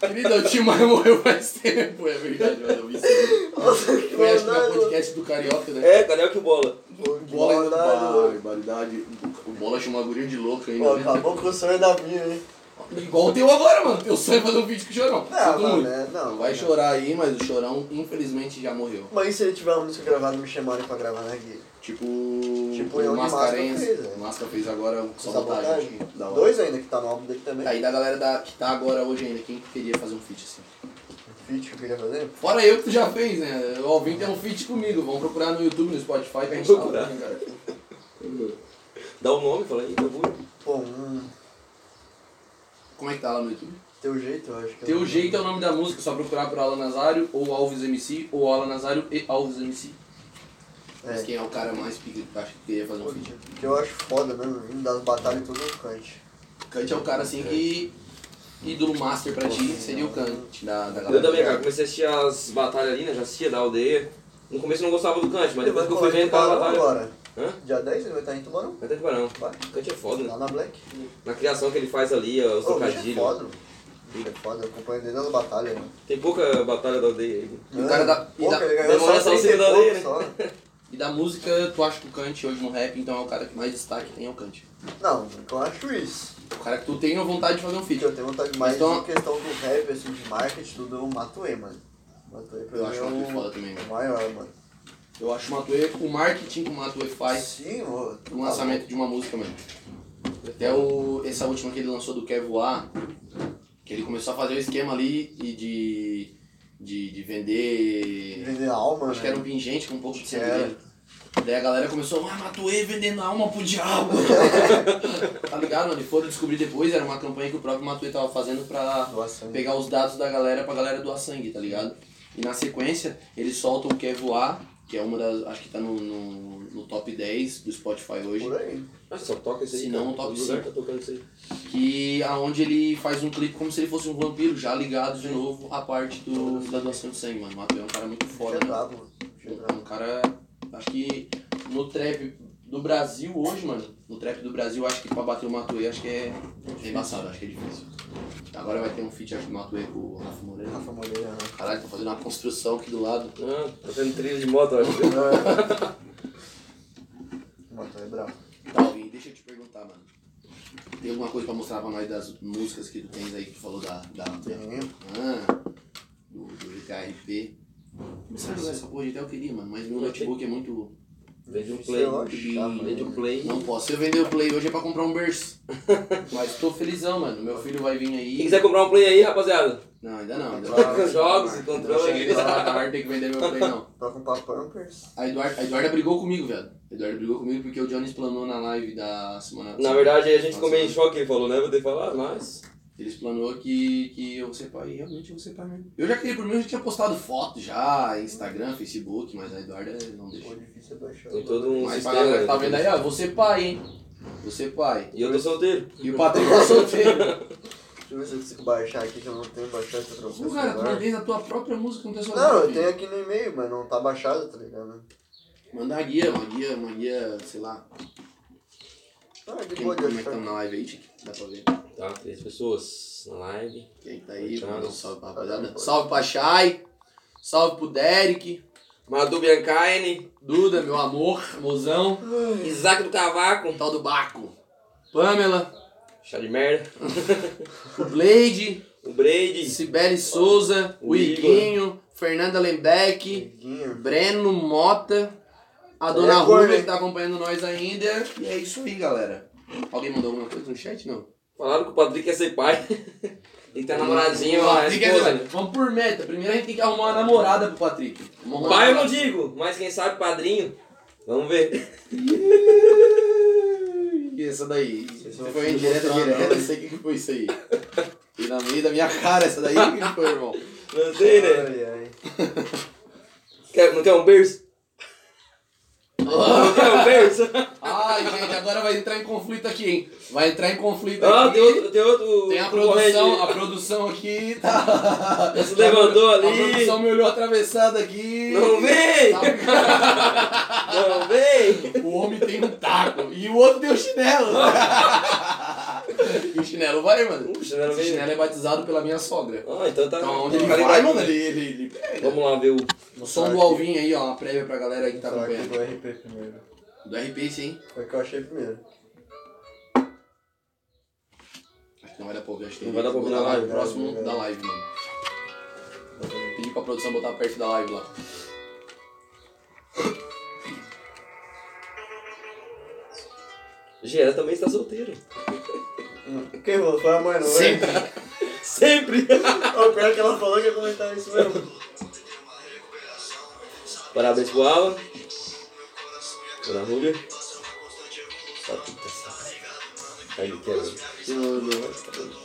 S1: Querido, o Tim Maia morreu faz tempo, é verdade, mano. Eu vi isso. aí.
S3: Nossa, que
S1: Foi acho que na
S3: maldade.
S1: podcast do Carioca, né?
S2: É, cadê o que bola?
S3: Pô, que
S1: Bola ainda
S3: maldade.
S1: barbaridade. O Bola chama uma guria de louca ainda.
S3: Pô,
S1: né?
S3: acabou com o sonho da minha, hein?
S1: Igual o teu agora, mano. Teu sonho é fazer um vídeo com o Chorão.
S3: Não,
S1: Sinto
S3: não,
S1: muito.
S3: né? Não.
S1: Vai
S3: não.
S1: chorar aí, mas o Chorão infelizmente já morreu.
S3: Mas e se ele tiver uma música gravada e me chamarem pra gravar né, na guia?
S1: Tipo,
S3: Tipo, eu
S1: o
S3: e
S1: Mascarenhas.
S3: Masca fez, né?
S1: O Masca fez agora o
S3: Sabotagem?
S1: sabotagem. Da hora.
S3: Dois ainda que tá no álbum dele também.
S1: Aí da galera da, que tá agora hoje ainda, quem que queria fazer um feat assim?
S3: O Um feat que eu queria fazer.
S1: Fora eu que tu já fez, né? O Alvin tem um feat comigo. Vamos procurar no YouTube, no Spotify, que a gente
S2: Vou
S1: tá lá,
S2: procurar.
S1: né, cara.
S2: tá Dá o nome, fala aí, meu burro.
S3: Pô, um.
S1: Como é que tá lá no YouTube?
S3: Teu jeito, eu acho que
S1: Teu jeito é o nome da música, só procurar por Alan Nazário ou Alves MC, ou Alan Nazário e Alves MC. Mas
S3: É,
S1: quem é o cara mais pica que tu acha que queria fazer um feat?
S3: que eu acho foda mesmo, vindo das batalhas tudo no cante.
S1: Kant é o cara assim que. ídolo master pra ti seria o Kant da, da
S2: Eu
S1: galera.
S2: também, cara, comecei a assistir as batalhas ali, né? Já assistia da aldeia. No começo eu não gostava do Kant, mas depois que eu fui vendo pra
S3: Tubarão
S2: batalha.
S3: agora.
S2: Hã?
S3: Dia 10 ele vai tá estar em Tubarão.
S2: Até tubarão.
S3: um Vai.
S2: Kant é foda, né?
S3: Lá na Black.
S2: Na criação que ele faz ali, ó, os
S3: Ô, o bicho é
S2: trocadilhos.
S3: foda. mano. O bicho é foda, eu acompanho desde as batalhas. mano.
S2: Tem pouca batalha da aldeia aí.
S1: E o cara da- e
S3: Pô,
S1: da-
S3: ele ganhou
S2: demora só
S3: só
S2: o
S3: 30 e
S2: segundo ali,
S3: pouco só.
S1: E da música, tu acha que o Kant hoje no rap, então é o cara que mais destaque tem é o Kant.
S3: Não, eu acho isso.
S1: O cara que tu tem a vontade de fazer um feat.
S3: Eu tenho vontade mais
S1: Então-
S3: em questão do rap, assim, de marketing, tudo, eu matuei, mano. Matuei pra
S1: Eu
S3: mim
S1: acho
S3: é
S1: o Matuê
S3: o-
S1: foda também,
S3: o
S1: mano.
S3: maior, mano.
S1: Eu acho o Matuê, o marketing que o Matuê faz
S3: Sim, ô, tá
S1: no Um lançamento de uma música, mano. Até o, essa última que ele lançou do Quer Voar, que ele começou a fazer o esquema ali e de, de, de
S3: louco.
S1: vender
S3: Vender alma,
S1: Acho que
S3: né?
S1: era um pingente com um pouco de sangue
S3: Era.
S1: dele. Daí a galera começou, ah, Matuê vendendo alma pro diabo. tá ligado? Onde foram descobrir depois, era uma campanha que o próprio Matuê tava fazendo pra
S3: Doação.
S1: Uhum. pegar os dados da galera pra galera doar sangue, tá ligado? E na sequência, eles soltam o Quer Voar, que é uma das. Acho que tá no, no, no top 10 do Spotify hoje.
S3: Por aí.
S2: Ah, só toca isso aí.
S1: Se não,
S2: cara.
S1: toca
S2: Todo lugar
S1: sim.
S2: tá tocando isso aí.
S1: Que aonde ele faz um clipe como se ele fosse um vampiro, já ligado de novo à parte do, da doação de sangue, mano. O Matuê é um cara muito
S3: Foda,
S1: foda,
S3: é
S1: né?
S3: brabo, mano. Bicho é
S1: É
S3: brabo.
S1: um cara. Acho que no trap do Brasil hoje, mano. No trap do Brasil, acho que pra bater o Matuê, acho que é, é embaçado, acho que é difícil. Agora vai ter um feat, acho que do Matuê com o Rafa Moreira.
S3: Rafa Moreira, né?
S1: Caralho, tô fazendo uma construção aqui do lado.
S2: Ah, tá fazendo trilha de moto, eu acho.
S3: Mano, é brabo.
S1: Tá, Alvin, deixa eu te perguntar, mano. Tem alguma coisa pra mostrar pra nós das músicas que tu tens aí que tu falou da. da, da
S3: Tem.
S1: ah, do, do GTRP. Começar a jogar essa porra de até eu queria, mano, mas meu notebook é muito.
S2: Desde um
S3: Isso
S2: play.
S3: eu acho chato, mano.
S2: Desde um play.
S1: Não posso. Se eu vender o Play hoje é pra comprar um berço. Mas tô felizão, mano. Meu filho vai vir aí.
S2: Quem quiser comprar um play aí, rapaziada.
S1: Não, ainda não. Ainda
S3: Claro,
S1: não.
S2: jogos,
S1: Não
S2: controle.
S1: cheguei nessa parte, agora tem que vender meu Play, não.
S3: um Pra comprar Pampers.
S1: A Eduarda, a Eduarda brigou comigo, velho. A Eduarda brigou comigo porque o Johnny explanou na live da semana
S2: Na verdade, a gente
S1: Nossa,
S2: ficou meio em
S1: mano.
S2: choque, ele falou, né? Vou ter que falar, mas...
S1: Ele explanou que, que eu vou ser pai. E realmente eu vou ser pai mesmo. Eu já queria, por mim, eu já tinha postado foto já, Instagram, Facebook, mas a Eduarda não
S3: Pô,
S1: deixou.
S3: difícil é baixar.
S2: Tem todo um
S1: Mas pra
S2: sistema.
S1: galera
S2: né?
S1: que tá vendo aí, ó, eu vou ser pai, hein? Vou ser pai.
S2: E eu tô solteiro.
S1: E o Patrick tá solteiro.
S3: Deixa eu ver se eu consigo baixar aqui, que eu não tenho baixado essa troca.
S1: Ô, cara, tu mandei na tua própria música no teu celular.
S3: Não, eu
S1: filho.
S3: tenho aqui no e-mail, mas não tá baixado, tá ligado?
S1: Mandar a guia, uma guia, uma guia, sei lá.
S3: Ah, de
S1: Quem,
S3: boa de
S1: como é que tá
S3: achar.
S1: na live aí, Tiki? Dá pra ver.
S2: Tá, três pessoas na live.
S1: Quem tá aí?
S2: Tchau.
S1: Manda um salve pra
S3: Tá,
S1: rapaziada. Salve pra Shai. Salve pro Derek.
S2: Madu Biancaine,
S1: Duda, meu amor, mozão.
S2: Isaac do Cavaco,
S1: Tal do Baco. Pamela.
S2: chá de merda,
S1: O Blade.
S2: o Brady,
S1: Sibeli Souza. O
S2: O Igor.
S1: Iguinho. Fernanda Lembeck.
S3: Amiguinho.
S1: Breno Mota. A dona
S3: É,
S1: Rúbia
S3: Gorme.
S1: que tá acompanhando nós ainda. E é isso aí, galera. Alguém mandou alguma coisa no chat? Não.
S2: falaram que o Patrick quer ser pai. Tem que ter namoradinho lá,
S1: Hum, Patrick é
S2: esposa. né?
S1: verdade. Vamos por meta. Primeiro a gente tem que arrumar uma namorada pro Patrick. Vamos arrumar
S2: Pai eu
S1: uma
S2: não digo, mas quem sabe padrinho. Vamos ver.
S1: E essa daí?
S3: Esse é um
S1: foi
S3: filho
S1: indireta
S3: mostrando,
S1: direta,
S3: né?
S1: não sei o que que foi isso aí. E na meio da minha cara, essa daí o que que foi, irmão?
S2: Não sei, né?
S3: Ai, ai.
S2: Quer- não quer um berço? Não quer um berço?
S1: Ai, gente, agora vai entrar em conflito aqui, hein? Vai entrar em conflito
S2: Ah,
S1: aqui.
S2: tem outro, tem outro
S1: Tem a
S2: concorrente.
S1: produção, a produção aqui tá.
S2: Já se levantou
S1: A
S2: ali.
S1: produção me olhou atravessada aqui. Tá um
S2: Não vem! Não vem!
S1: O homem tem um taco e o outro tem o chinelo. e o chinelo vai, mano.
S2: O chinelo
S1: Esse
S2: veio.
S1: chinelo é batizado pela minha sogra.
S2: Ah, então tá.
S1: Então, onde ele
S2: tá
S1: vai,
S2: ligado.
S1: mano, ele, ele, ele pega.
S2: Vamos lá ver o.
S1: O som do Alvin aí, ó, uma prévia pra galera que tá
S3: Será que eu
S1: acompanhando.
S3: vou RP primeiro?
S1: Do RP, sim.
S3: Foi o que eu achei primeiro.
S1: Acho que não vai dar pra ouvir, acho que
S2: Não vai dar pra ouvir
S1: botar
S2: na
S1: lá
S2: live,
S1: no próximo
S3: né?
S1: da live, mano. Pedi pra produção botar perto da live lá.
S2: Gera também está solteiro.
S3: Quem falou? Foi a mãe, não foi?
S2: Sempre!
S3: O pior é que ela falou que ia comentar isso mesmo.
S2: Parabéns pro Alan. Dona Rúbia. Tá tudo certo. Aí, quebra.
S3: Eu não.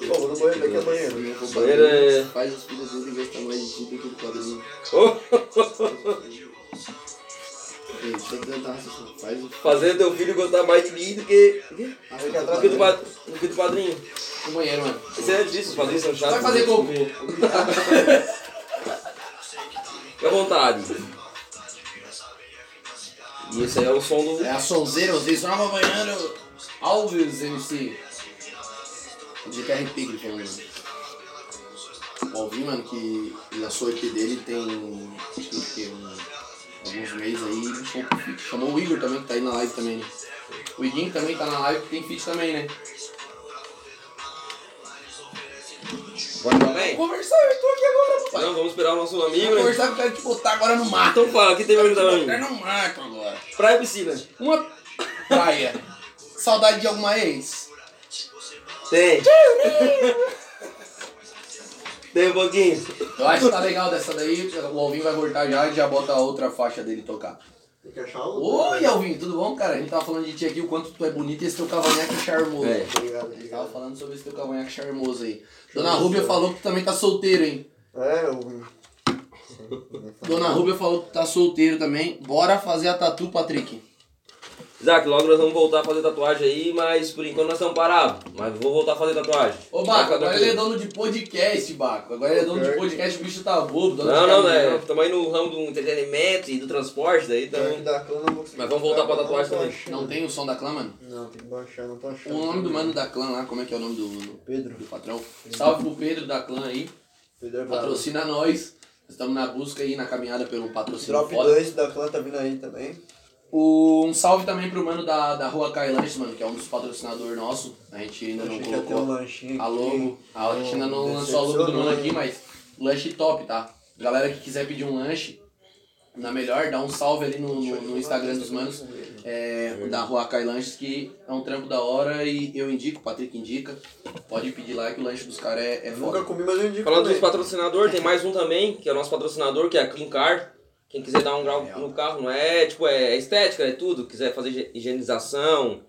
S3: Pô, vou no banheiro daqui a banheiro.
S2: Banheiro é.
S1: Faz os filhos dele gastar mais de ti do que né? o quadrinho. Ei, Tem que tentar raciocinar. Faz o.
S2: Fazer teu filho gostar mais de mim do que.
S1: Ah, vai
S3: Fica
S2: Do
S3: atrás
S2: que do, pa- do, que do padrinho.
S1: No banheiro, mano.
S2: Isso é difícil, os padrinhos são chatos.
S1: Vai fazer cocô.
S2: Fica à vontade. E esse aí é o som do.
S1: É a sonzeira, os disse, nova banheiro. Alves MC. De Carrie Pig, que é um. Ouvi, mano, que ele lançou o EP dele tem. Acho que tem um- alguns meses aí. pô, feat. Chamou o Igor também, que tá aí na live também, né? O Iguinho também tá na live, que tem feat também, né?
S2: Vai também?
S1: Conversar, eu tô aqui agora, papai.
S2: Não, vamos esperar o nosso amigo,
S1: Vamos
S2: né?
S1: conversar, eu quero te botar agora no mato.
S2: Então fala, quem tem pra ajudar
S1: Quero
S2: mim?
S1: no mato agora.
S2: Praia e piscina.
S1: Uma praia. Saudade de alguma ex?
S2: Tem. Tem um pouquinho.
S1: Eu acho que tá legal dessa daí, o Alvin vai voltar já e já bota a outra faixa dele tocar.
S3: Tem que achar o.
S1: Oi, Alvin, tudo bom, cara? A gente tava falando de ti aqui, o quanto tu é bonito e esse teu cavanhaque charmoso.
S2: É.
S3: Obrigado,
S1: A gente tava
S3: obrigado.
S1: falando sobre esse teu cavanhaque charmoso aí. Dona Rúbia falou que tu também tá solteiro, hein?
S3: É, eu.
S1: Dona Rúbia falou que tu tá solteiro também. Bora fazer a tatu, Patrick.
S2: Isaac, logo nós vamos voltar a fazer tatuagem aí, mas por enquanto nós estamos parados. Mas vou voltar a fazer tatuagem.
S1: Ô,
S2: Vai
S1: Baco,
S2: ficar
S1: agora ele é
S2: tranquilo.
S1: dono de podcast, Baco. Agora ele é dono de podcast, o bicho tá bobo. dono
S2: Não,
S1: de
S2: não,
S1: caminhão.
S2: né? Estamos aí no ramo do entretenimento e do transporte, daí então.
S3: Pior que da cama, eu não vou conseguir
S2: Mas vamos voltar pra
S3: ficar,
S2: tatuagem
S3: não tô
S2: também.
S1: Não tem o som da clã, mano?
S3: achando. Não, tem que baixar, não tô achando.
S1: O nome do mano da clã lá, como é que é o nome do,
S3: Pedro.
S1: do patrão? Salve pro Pedro da clã aí.
S3: Pedro é brabo.
S1: Patrocina nós. Estamos na busca aí, na caminhada pelo patrocínio
S3: Drop
S1: foda.
S3: 2 da clã tá vindo aí também.
S1: O, um salve também pro mano da, da Rua Kai Lanches, mano, que é um dos patrocinadores nossos. A gente ainda não
S3: Achei que ia ter um
S1: colocou
S3: lanchinho
S1: a
S3: aqui.
S1: logo. Tá A gente ainda não
S3: Não,
S1: lançou a logo do mano
S3: decepcionou, né?
S1: aqui,
S3: hein?
S1: mas lanche top, tá? Galera que quiser pedir um lanche, na melhor, dá um salve ali no, no, no Instagram dos manos. é, o da Rua Kai Lanches, que é um trampo da hora e eu indico, o Patrick indica. Pode pedir lá que o lanche dos caras é, é
S3: Eu
S1: foda.
S3: Nunca comi, mas eu indico.
S2: Falando
S3: também.
S2: dos patrocinadores, tem mais um também, que é o nosso patrocinador, que é a Clean Car. Quem quiser dar um grau no carro, não é tipo, é estética, é tudo. Quiser fazer higie- higienização,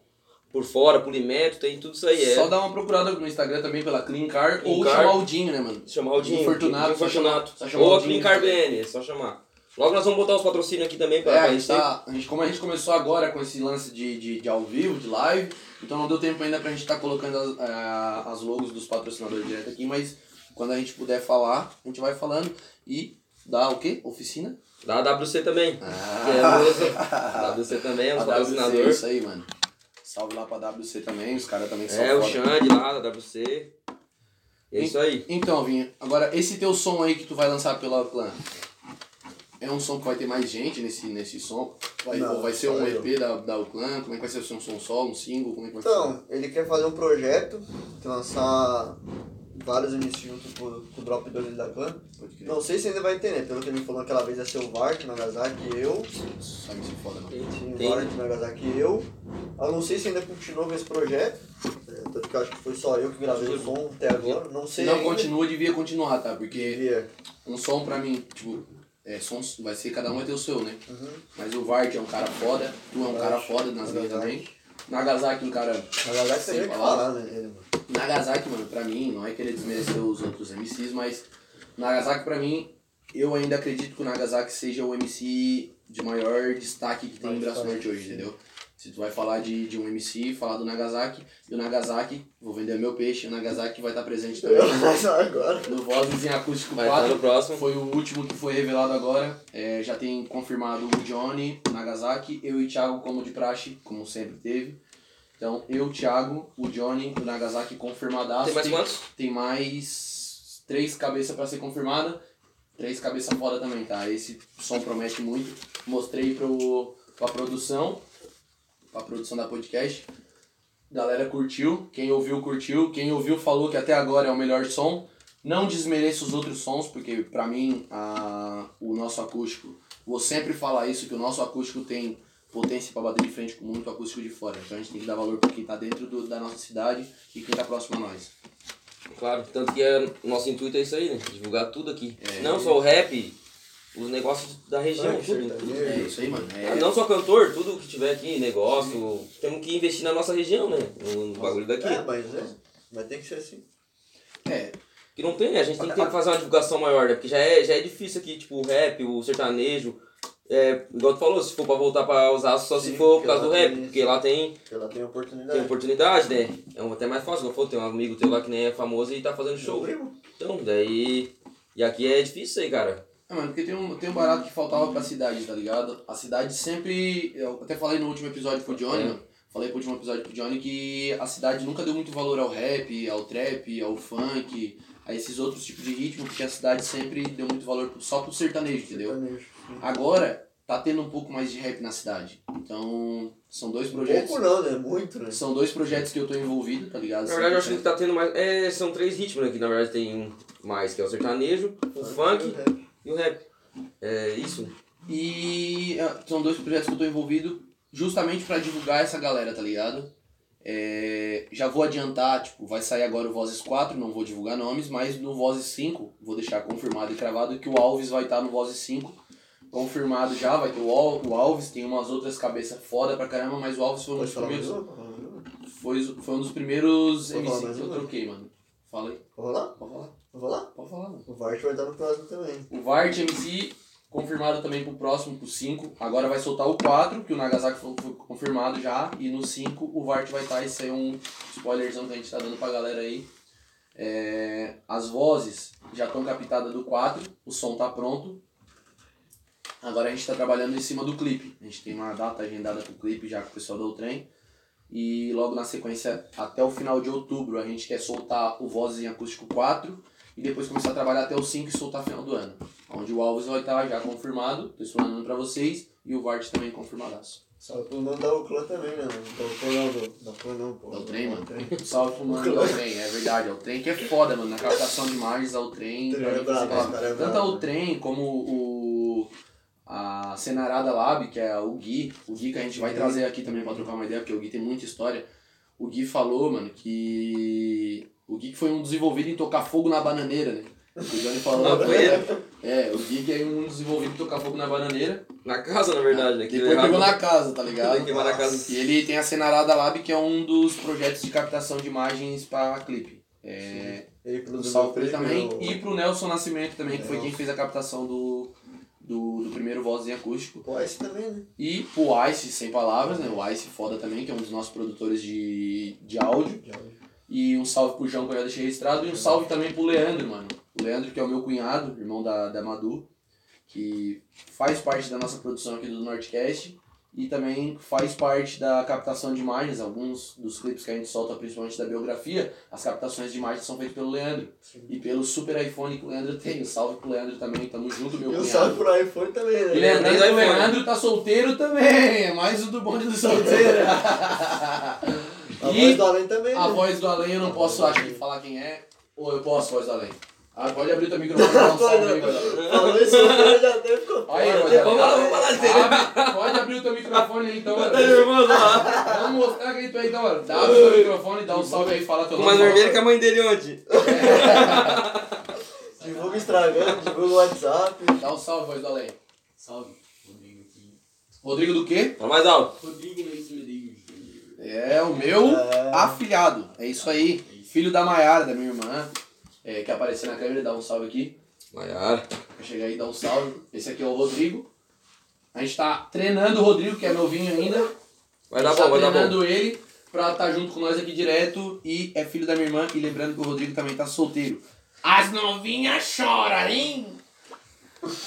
S2: por fora, polimento, tem tudo isso aí. É.
S1: Só dá uma procurada no Instagram também pela Clean Car
S2: Clean
S1: ou
S2: Car.
S1: chamar o Dinho, né, mano?
S2: chamar o Dinho.
S1: Infortunato,
S2: Dinho
S1: só
S2: Fortunato.
S1: chamar- só chamar
S2: Ou
S1: o
S2: a Clean
S1: Dinho.
S2: Car BN, é só chamar. Logo nós vamos botar os patrocínios aqui também pra,
S1: É,
S2: pra
S1: a gente
S2: gente
S1: tá, a gente, como a gente começou agora com esse lance de, de, de ao vivo, de live, então não deu tempo ainda pra gente estar colocando as, ah, as logos dos patrocinadores direto aqui, mas quando a gente puder falar, a gente vai falando e dá o quê? Oficina?
S2: ter. Da WC também. Que é
S1: Ah,
S2: a WC também, é um
S1: a WC, é
S2: patrocinador.
S1: isso aí, mano. Salve lá pra WC também, os caras também são
S2: É, o
S1: foda.
S2: Xande lá da WC. É isso aí.
S1: Então, Vinha, agora esse teu som aí que tu vai lançar pela Clã, é um som que vai ter mais gente nesse, nesse som? Vai,
S3: Não,
S1: ou vai ser
S3: só
S1: um
S3: eu.
S1: EP da, da Clã? Como é que vai ser? Vai ser um som só, um single? Como é que vai ser?
S3: Então, ele quer fazer um projeto, que lançar vários MCs junto com, com o Drop 2 da clã.
S1: Pode crer.
S3: Não sei se ainda vai ter, né? Pelo que ele me falou aquela vez, ia ser o Vart, Nagasaki eu.
S1: Sabe se foda, não.
S3: Sim,
S2: Tem-
S3: Vart, Nagasaki eu. Eu não sei se ainda continua com esse projeto. né, Tanto que eu acho que foi só eu que gravei o som até agora. Não
S1: Se
S3: sei
S1: não
S3: ainda.
S1: continua, devia continuar, tá? Porque
S3: Devia.
S1: um som pra mim, tipo, é, som vai ser cada um vai ter o seu, né?
S3: Uhum.
S1: Mas o Vart é um cara foda, tu é um cara foda nas minhas também. Nagasaki, um cara
S3: Nagasaki tem
S1: Sem
S3: o que
S1: palavras.
S3: falar, né? Ele, mano.
S1: Nagasaki, mano, pra mim, não é querer desmerecer os outros MCs, mas Nagasaki, pra mim, eu ainda acredito que o Nagasaki seja o MC de maior destaque que tem em Braço Norte hoje, entendeu? Se tu vai falar de, de um MC, falar do Nagasaki, e o Nagasaki, vou vender meu peixe, o Nagasaki vai estar presente também.
S3: Eu mas agora.
S1: No Vozes em Acústico
S2: Vai estar
S1: 4,
S2: no próximo.
S1: foi o último que foi revelado agora. É, já tem confirmado o Johnny, o Nagasaki, eu e o Thiago como de praxe, como sempre teve. Então, eu, o Thiago, o Johnny, o Nagasaki confirmadaço.
S2: Tem mais quantos?
S1: Tem mais três cabeças pra ser confirmada. Três cabeças fora também, tá? Esse som promete muito. Mostrei pro, pra produção, pra produção da podcast. Galera curtiu, quem ouviu, curtiu. Quem ouviu falou que até agora é o melhor som. Não desmereço os outros sons, porque pra mim a, o nosso acústico, vou sempre falar isso, que o nosso acústico tem potência pra bater de frente com muito acústico de fora. Então a gente tem que dar valor pra quem tá dentro do- da nossa cidade e quem tá próximo a nós.
S2: Claro, tanto que é, nosso intuito é isso aí, né? Divulgar tudo aqui.
S1: É.
S2: Não só o rap, os negócios da região,
S3: Funk,
S2: tudo.
S1: É
S3: sertanejo.
S1: isso aí, mano.
S2: Ah,
S1: É,
S2: Não só cantor, tudo que tiver aqui, negócio. Temos que investir na nossa região, né? No, no bagulho daqui.
S3: É, mas é. Mas tem que ser assim.
S1: É,
S2: Que não tem, né? A gente tem que ter- fazer uma divulgação maior, né? Porque já é, já é difícil aqui, tipo, o rap, o sertanejo. É, igual tu falou, se for pra voltar pra Osasco, só se
S3: Sim,
S2: for por
S3: porque
S2: causa do
S3: lá
S2: rap,
S3: tem-
S2: porque lá tem,
S3: Porque ela tem oportunidade.
S2: tem oportunidade, né? É um- até mais fácil, igual tu falou, tem um amigo teu lá que nem é famoso e tá fazendo show.
S3: primo.
S2: Então, daí. E aqui é difícil aí, cara.
S1: É, mano, porque tem um, tem um barato que faltava pra cidade, tá ligado? A cidade sempre. Eu até falei no último episódio pro Johnny,
S2: É.
S1: mano. Falei pro último episódio pro Johnny que a cidade nunca deu muito valor ao rap, ao trap, ao funk, a esses outros tipos de ritmo, porque a cidade sempre deu muito valor só pro sertanejo, entendeu?
S3: Sertanejo.
S2: Ah,
S1: Agora tá tendo um pouco mais de rap na cidade. Então, são dois projetos.
S3: Pouco não, né? Muito, né?
S1: São dois projetos que eu tô envolvido, tá ligado?
S2: Na verdade, eu acho que tá tendo mais. É, são três ritmos aqui, na verdade, tem um mais, que é o sertanejo, o funk
S3: é.
S2: e o rap. É isso.
S1: E ah, são dois projetos que eu tô envolvido justamente pra divulgar essa galera, tá ligado? É, já vou adiantar, tipo, vai sair agora o Vozes 4, não vou divulgar nomes, mas no Vozes 5, vou deixar confirmado e cravado que o Alves vai estar no Vozes 5. Confirmado já, vai ter o, Al- o Alves, tem umas outras cabeças foda pra caramba, mas o Alves foi um
S3: Pode
S1: dos
S3: falar mais
S1: primeiros.
S3: uma? Pode falar mais uma?
S1: Foi, foi um dos primeiros
S3: Vou falar
S1: MC
S3: mais um, né?
S1: que eu
S3: uma.
S1: troquei, mano. Fala aí,
S3: Vou lá?
S1: pode falar,
S3: Vou lá?
S1: pode falar, mano.
S3: O Vart vai estar no próximo também.
S1: O Vart MC, confirmado também pro próximo, pro 5. Agora vai soltar o 4, que o Nagasaki foi, foi confirmado já. E no 5 o Vart vai estar. Isso aí é um spoilerzão que a gente tá dando pra galera aí. É, as vozes já estão captadas do 4, o som tá pronto. Agora a gente tá trabalhando em cima do clipe. A gente tem uma data agendada pro clipe já com o pessoal do trem. E logo na sequência, até o final de outubro, a gente quer soltar o Vozes em Acústico 4 e depois começar a trabalhar até o 5 e soltar final do ano. Onde o Alves vai estar já confirmado, tô explanando pra vocês, e o Vart também confirmadaço.
S3: Salve pro mano da Uclã também, né? mano? Da Uclã não, do- da Uclã não, pô.
S1: É o trem, mano.
S3: Trem.
S1: Salve pro mano ao trem, é verdade, ao trem que é foda, mano. Na captação de imagens ao trem.
S3: Trem é
S1: pra mim,
S3: brabo,
S1: vocês-
S3: esse cara é
S1: Tanto
S3: brabo,
S1: ao
S3: né?
S1: trem como o. A Cenarada Lab, que é o Gui, o Gui que a gente vai trazer aqui também pra trocar uma ideia, porque o Gui tem muita história. O Gui falou, mano, que. O Gui que foi um dos envolvidos em tocar fogo na bananeira, né? O Johnny falou.
S2: Na banheira.
S1: É, o Gui que é um dos envolvidos em tocar fogo na bananeira.
S2: Na casa, na verdade, né? Que
S1: Depois
S2: deu
S1: pegou
S2: errado.
S1: na casa, tá ligado?
S2: Tem que queimar na casa.
S1: E ele tem a Cenarada Lab, que é um dos projetos de captação de imagens pra clipe. É,
S3: Ele
S1: um
S3: produziu
S1: salve
S3: o
S1: pra ele também.
S3: primeiro-
S1: E pro Nelson Nascimento também, que foi quem
S3: Nelson.
S1: fez a captação do, do, do primeiro Voz em Acústico.
S3: Pô, esse também, né?
S1: E pro Ice, sem palavras, né? O Ice foda também, que é um dos nossos produtores de, de áudio. E um salve pro João que eu já deixei registrado. E um salve também pro Leandro, mano. O Leandro, que é o meu cunhado, irmão da, da Madu, que faz parte da nossa produção aqui do Nordcast e também faz parte da captação de imagens. Alguns dos clipes que a gente solta, principalmente da biografia, as captações de imagens são feitas pelo Leandro.
S3: Sim.
S1: E pelo super iPhone que o Leandro tem. Um salve pro Leandro também, tamo junto, meu
S3: E o
S1: cunhado.
S3: salve pro iPhone também, né?
S1: E lembrando que
S2: Lembrando
S1: o
S2: do iPhone.
S1: Leandro tá solteiro também, é mais um do bonde do solteiro.
S3: Tá A voz
S1: e
S3: do Além também,
S1: a
S3: né?
S1: voz do além eu não posso acho, que falar quem é, ou eu posso, voz do além. Ah, pode abrir teu microfone e dar um salve aí, voz do além.
S3: Falou isso, o cara já até ficou... né?
S1: Aí,
S3: foda.
S1: voz do
S2: Vamos
S1: além.
S2: lá, vamos lá,
S1: Abre, pode abrir o teu microfone aí então,
S2: Tá,
S1: mano.
S2: irmão, lá.
S1: Vamos mostrar quem tu é então, mano. Dá abre o teu microfone, dá um salve aí, fala teu
S2: Ficou
S1: nome.
S2: mais
S1: fala- é.
S2: vermelho que a mãe dele ontem.
S3: Divulga o Instagram, divulga o WhatsApp.
S1: Dá um salve, voz do além.
S4: Salve, Rodrigo aqui.
S1: Rodrigo do quê?
S2: Tá mais alto.
S4: Rodrigo Mendes Medeiros. Júnior.
S1: É o meu
S3: É.
S1: afilhado. É isso aí. Filho da Maiara, da minha irmã, é, que apareceu na câmera, dá um salve aqui.
S2: Maiara.
S1: Vai chegar aí e dar um salve. Esse aqui é o Rodrigo. A gente tá treinando o Rodrigo, que é novinho ainda.
S2: Vai dar
S1: a gente tá
S2: bom, vai dar bom.
S1: treinando ele pra estar junto com nós aqui direto. E é filho da minha irmã. E lembrando que o Rodrigo também tá solteiro. As novinhas choram, hein?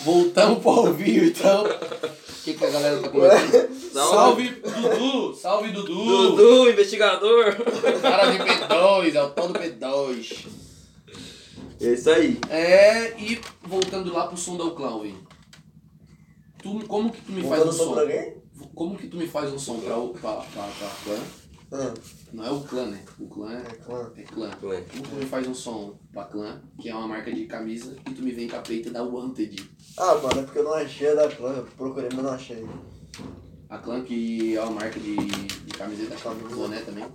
S1: Voltamos pro ao vivo, então. O que, que a galera tá comentando? Salve, Dudu! Salve,
S2: Dudu, investigador.
S1: Cara de P2, é o tal do P2.
S2: É isso aí.
S1: É, e voltando lá pro som da Uclão, velho. Tu, como que tu me faz um
S3: Voltando só
S1: som?
S3: pra alguém?
S1: Como que tu me faz um som pra, o- pra, pra, pra clã?
S3: Ah,
S1: Não é o clã, né? O clã
S3: é claro.
S1: é clã.
S2: Clã.
S1: Como tu me faz um som pra clã, que é uma marca de camisa, e tu me vem com a peita da Wanted?
S3: Ah, mano, é porque eu não achei a da clã. Eu procurei, mas não achei.
S1: A clã que é uma marca de, de camiseta,
S3: Camisa.
S1: boné também.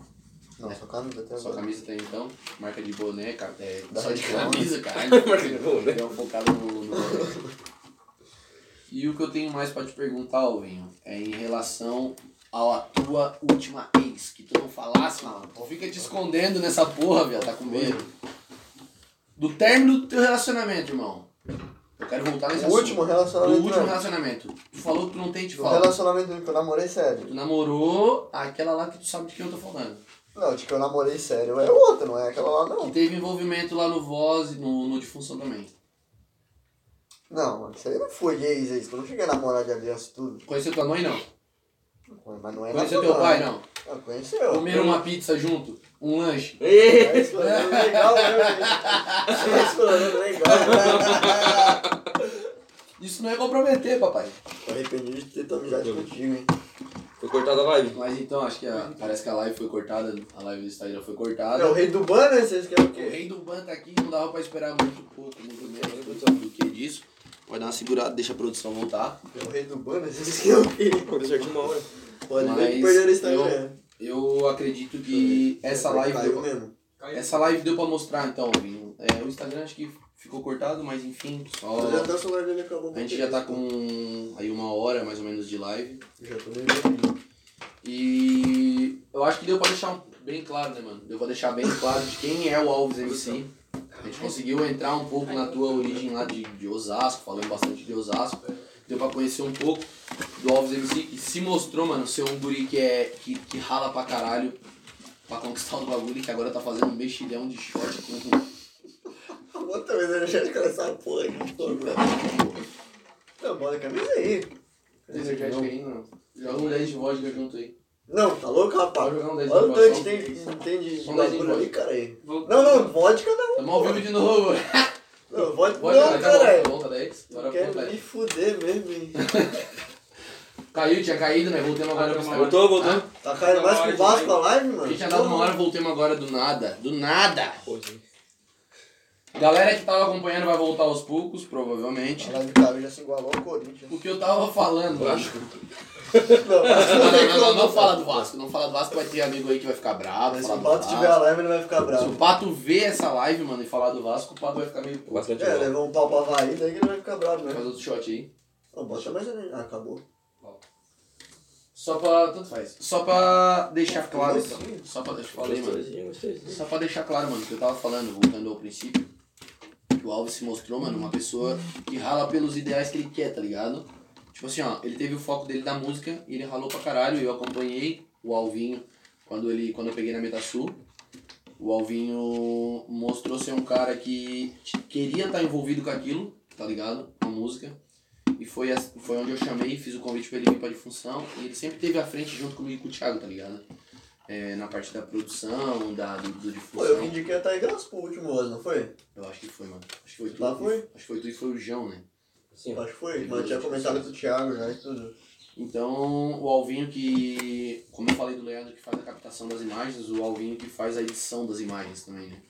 S3: Não, só camisa até
S1: Só
S3: agora.
S1: camisa tem então, marca de boné, ca- é,
S3: Da
S1: só de
S3: Red Bull,
S1: camisa, caralho.
S2: Marca de boné.
S1: Deu uma focada no, no boné. E o que eu tenho mais pra te perguntar, Alvinho, é em relação à tua última ex, que tu não falasse, malandro. Não fica te escondendo nessa porra, velho, tá com medo. Do término do teu relacionamento, irmão. Eu quero voltar nesse
S3: O
S1: assunto.
S3: último relacionamento,
S1: Do último
S3: né?
S1: relacionamento. Tu falou que tu não tem, te
S3: No
S1: fala.
S3: relacionamento que eu namorei sério.
S1: Tu namorou aquela lá que tu sabe de quem eu tô falando.
S3: Não, de que eu namorei sério é outra, não é aquela lá,
S1: Que
S3: não.
S1: teve envolvimento lá no Voz e no, no Difunção também.
S3: Não, mano, isso aí não foi ex, ex. Eu não cheguei a namorar de aliança e tudo.
S1: Conheceu tua mãe, não.
S3: Mas não é
S1: Conheceu
S3: nada,
S1: teu pai, não.
S3: Ah, conheceu.
S1: Comeram uma pizza junto, um lanche.
S3: É isso, mano, é legal, né? velho? É isso, mano, é legal.
S1: Isso não é comprometer, papai.
S3: Tô arrependido de ter tanta amizade contigo, hein?
S2: Foi cortada a live.
S1: Mas então, acho que a- parece que a live foi cortada, a live do Instagram foi cortada.
S3: É o rei do ban, né? Vocês querem o
S1: O
S3: quê?
S1: rei do Ban tá aqui, não dava pra esperar muito pouco, muito né, menos do que é disso. Pode dar uma segurada, deixa a produção voltar.
S3: É o rei do ban, né? Vocês querem o quê?
S2: Cortou certinho uma hora.
S3: Pode ver que
S1: Mas
S3: perderam o Instagram.
S1: Eu acredito que essa live
S3: Caiu
S1: deu,
S3: mesmo.
S4: Caiu.
S1: essa live deu pra mostrar, então, Vinho. É, o Instagram acho que ficou cortado, mas enfim, só...
S3: Mas até o celular dele acabou.
S1: A gente já tá com aí uma hora, mais ou menos, de live.
S3: Já tô meio bebido.
S1: E eu acho que deu pra deixar bem claro, né, mano? Eu vou deixar bem claro de quem é o Alves MC. A gente conseguiu entrar um pouco na tua origem lá de, de Osasco, falando bastante de Osasco. Deu pra conhecer um pouco do Alves MC, que se mostrou, mano, ser um guri que, é, que, que rala pra caralho pra conquistar o bagulho, que agora tá fazendo um mexilhão de shot com...
S3: Outra vez energética nessa porra que a gente falou. Não, bora camisa aí.
S1: Energético aí, não. Joga um 10 de vodka junto aí.
S3: Não, tá louco, rapaz?
S1: Vou jogar um dez de
S3: Olha o tanto que
S1: vodka.
S3: tem, que tem de
S1: Um dez de
S3: bagulho aí,
S1: vodka.
S3: cara. aí.
S4: Vou-
S3: Não, não, vodka não.
S1: Tamo ao vivo de novo.
S3: Não,
S1: Vodka,
S3: vodka não,
S1: daqui a pouco,
S3: caralho.
S1: volta 10. Agora
S3: Quero
S1: volta aí.
S3: me fuder mesmo, hein?
S1: Caiu, tinha caído, né? Voltamos agora pro
S4: Ah, tá
S1: Instagram.
S2: Voltou, voltou.
S1: Ah,
S3: Tá caindo mais que o Vasco a live,
S1: a
S3: mano?
S1: gente tinha dado uma hora, voltamos agora do nada. Do nada!
S2: Pô, gente.
S1: Galera que tava acompanhando vai voltar aos poucos, provavelmente.
S3: A live do Davi já se igualou ao Corinthians.
S1: O que eu tava falando,
S2: Vasco.
S3: Não,
S1: Não, não, não, não, não fala do Vasco. Não fala do Vasco, vai ter amigo aí que vai ficar bravo.
S3: Mas se
S1: falar
S3: o
S1: do
S3: Pato
S1: Vasco.
S3: tiver a live, ele vai ficar
S1: Se o
S3: bravo.
S1: Pato ver essa live, mano, e falar do Vasco, o Pato vai ficar meio puto.
S2: Bastante
S3: É,
S2: bom.
S3: levou um pau pra Havaí, daí que ele vai ficar bravo
S1: Faz
S3: mesmo.
S1: outro shot aí.
S3: Não, bota mais energia. Ah, acabou.
S1: Só pra. Tanto faz. Só pra deixar claro. Só pra deixar falei, mano.
S2: Gostosinho, gostosinho.
S1: Só pra deixar claro, mano, que eu tava falando, voltando ao princípio, que o Alves se mostrou, mano, uma pessoa que rala pelos ideais que ele quer, tá ligado? Tipo assim, ó, ele teve o foco dele da música e ele ralou pra caralho. Eu acompanhei o Alvinho quando, ele, quando eu peguei na Metasul. O Alvinho mostrou ser um cara que t- queria estar envolvido com aquilo, tá ligado? Com a música. E foi, as- foi onde eu chamei, fiz o convite pra ele vir pra difunção. E ele sempre teve à frente junto comigo e com o Thiago, tá ligado? É, na parte da produção, da, do, do
S3: Pô,
S1: difusão.
S3: eu que indiquei até Igras pro último ano, não foi?
S1: Eu acho que foi, mano. Acho que foi tu.
S3: Lá foi?
S1: Acho que foi tu e foi o João, né?
S2: Sim,
S3: Acho que foi. Mas eu tinha comentado com o Thiago já e tudo.
S1: Então, o Alvinho que, como eu falei do Leandro, que faz a captação das imagens, o Alvinho que faz a edição das imagens também, né?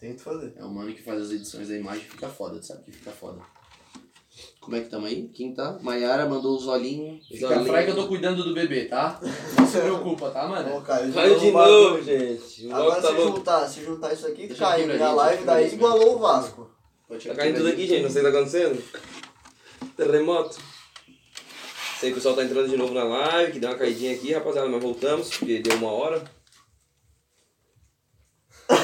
S3: Tento fazer.
S1: É o mano que faz as edições da imagem, fica foda, tu sabe que fica foda. Como é que tamo aí? Quinta, Maiara mandou os olhinhos.
S2: Os
S1: Fica
S2: olhinhos.
S1: fraco que eu tô cuidando do bebê, tá? Não se preocupa, tá, mano?
S3: Ô, Caio,
S2: Caiu de
S3: um bagulho.
S2: novo, gente. O
S3: Agora um
S2: Alves tá
S3: se
S2: louco.
S3: juntar, se juntar isso aqui,
S1: Deixa aqui
S3: caiu.
S1: pra
S3: E a
S1: gente,
S3: live
S1: pra
S3: daí
S1: gente.
S3: igualou o Vasco.
S1: Pode
S2: Tá caindo tudo aqui, gente. Não sei o que tá acontecendo. Terremoto. Sei que o pessoal tá entrando de novo na live, que deu uma caidinha aqui, rapaziada, mas voltamos, porque deu uma hora. Tá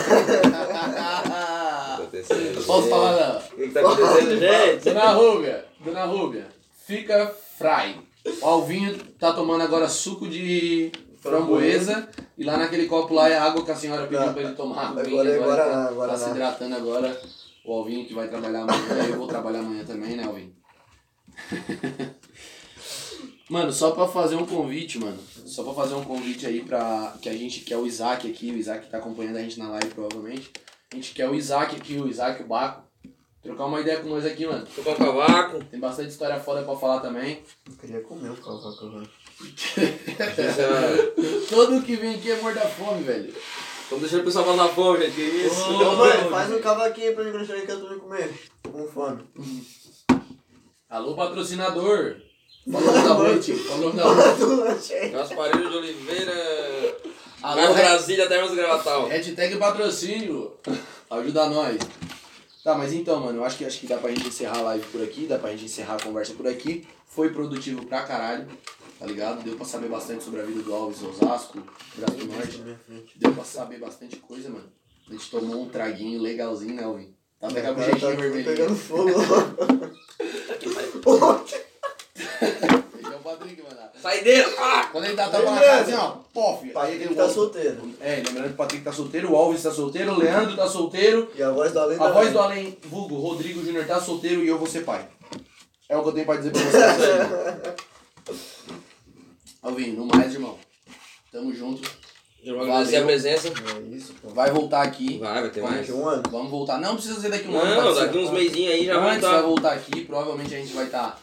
S2: Acontecendo.
S1: Posso
S2: gente.
S1: falar, não?
S2: O que, que tá acontecendo, gente?
S1: Dona Rúbia, Dona Rúbia, fica fry. O Alvinho tá tomando agora suco de framboesa e lá naquele copo lá é água que a senhora pediu pra ele tomar.
S3: Agora
S1: Aguinha,
S3: é
S1: ele
S3: Guaraná,
S1: tá,
S3: Guaraná.
S1: tá se hidratando agora. O Alvinho que vai trabalhar amanhã, eu vou trabalhar amanhã também, né, Alvinho? Mano, só pra fazer um convite, mano. Só pra fazer um convite aí pra. Que a gente quer o Isaac aqui. O Isaac tá acompanhando a gente na live, provavelmente. A gente quer o Isaac aqui, o Isaac Baco. Trocar uma ideia com nós aqui, mano.
S2: Tô com o cavaco.
S1: Tem bastante história foda pra falar também.
S3: Eu queria comer um cavaco agora.
S2: Estamos
S1: Todo que vem aqui é morda fome, velho.
S2: deixando o pessoal passar fome, gente. Que isso?
S1: Ô,
S3: Ô, mãe, faz um cavaquinho pra mim deixar que eu também comer. Tô com fome.
S1: Alô, patrocinador. Falou da noite. Falou da noite.
S3: Não achei.
S2: Gasparino de Oliveira.
S1: Alô,
S2: Alô,
S1: Red- é
S2: Brasília, até mais gravatal.
S1: hashtag patrocínio. Ajuda nós. Tá, mas então, mano, eu acho que, acho que dá pra gente encerrar a live por aqui, dá pra gente encerrar a conversa por aqui. Foi produtivo pra caralho, tá ligado? Deu pra saber bastante sobre a vida do Alves Osasco, Brasil do Norte. Deu pra saber bastante coisa, mano. A gente tomou um traguinho legalzinho, né, Alvin? Tá até com a
S3: Cara,
S1: bochechinha
S3: tá
S1: vermelhinha.
S3: pegando fogo lá.
S1: Esse é o Patrick, mano.
S2: Saideira!
S1: Quando ele tá tapando a cara assim, ó, pof. aí
S3: Patrick
S1: ele
S3: tá solteiro.
S1: É, lembrando que o Patrick tá solteiro, o Alves tá solteiro, o Leandro tá solteiro,
S3: E a voz do tá além
S1: a
S3: da
S1: voz do
S3: lei.
S1: além, vulgo, Rodrigo Júnior tá solteiro e eu vou ser pai. É o que eu tenho pra dizer pra vocês. Alvin, no mais, irmão. Tamo junto.
S2: Eu agradecer a
S1: Valeu.
S2: presença.
S3: É isso, pô.
S1: Vai voltar aqui.
S2: Vai, vai ter mais.
S3: Daqui a um ano.
S1: Vamos voltar. Não precisa ser daqui um ano.
S2: Não,
S1: pode ser
S2: daqui uns
S1: antes.
S2: meizinhos aí já
S1: Antes vai,
S2: vai estar.
S1: voltar aqui. Provavelmente a gente vai estar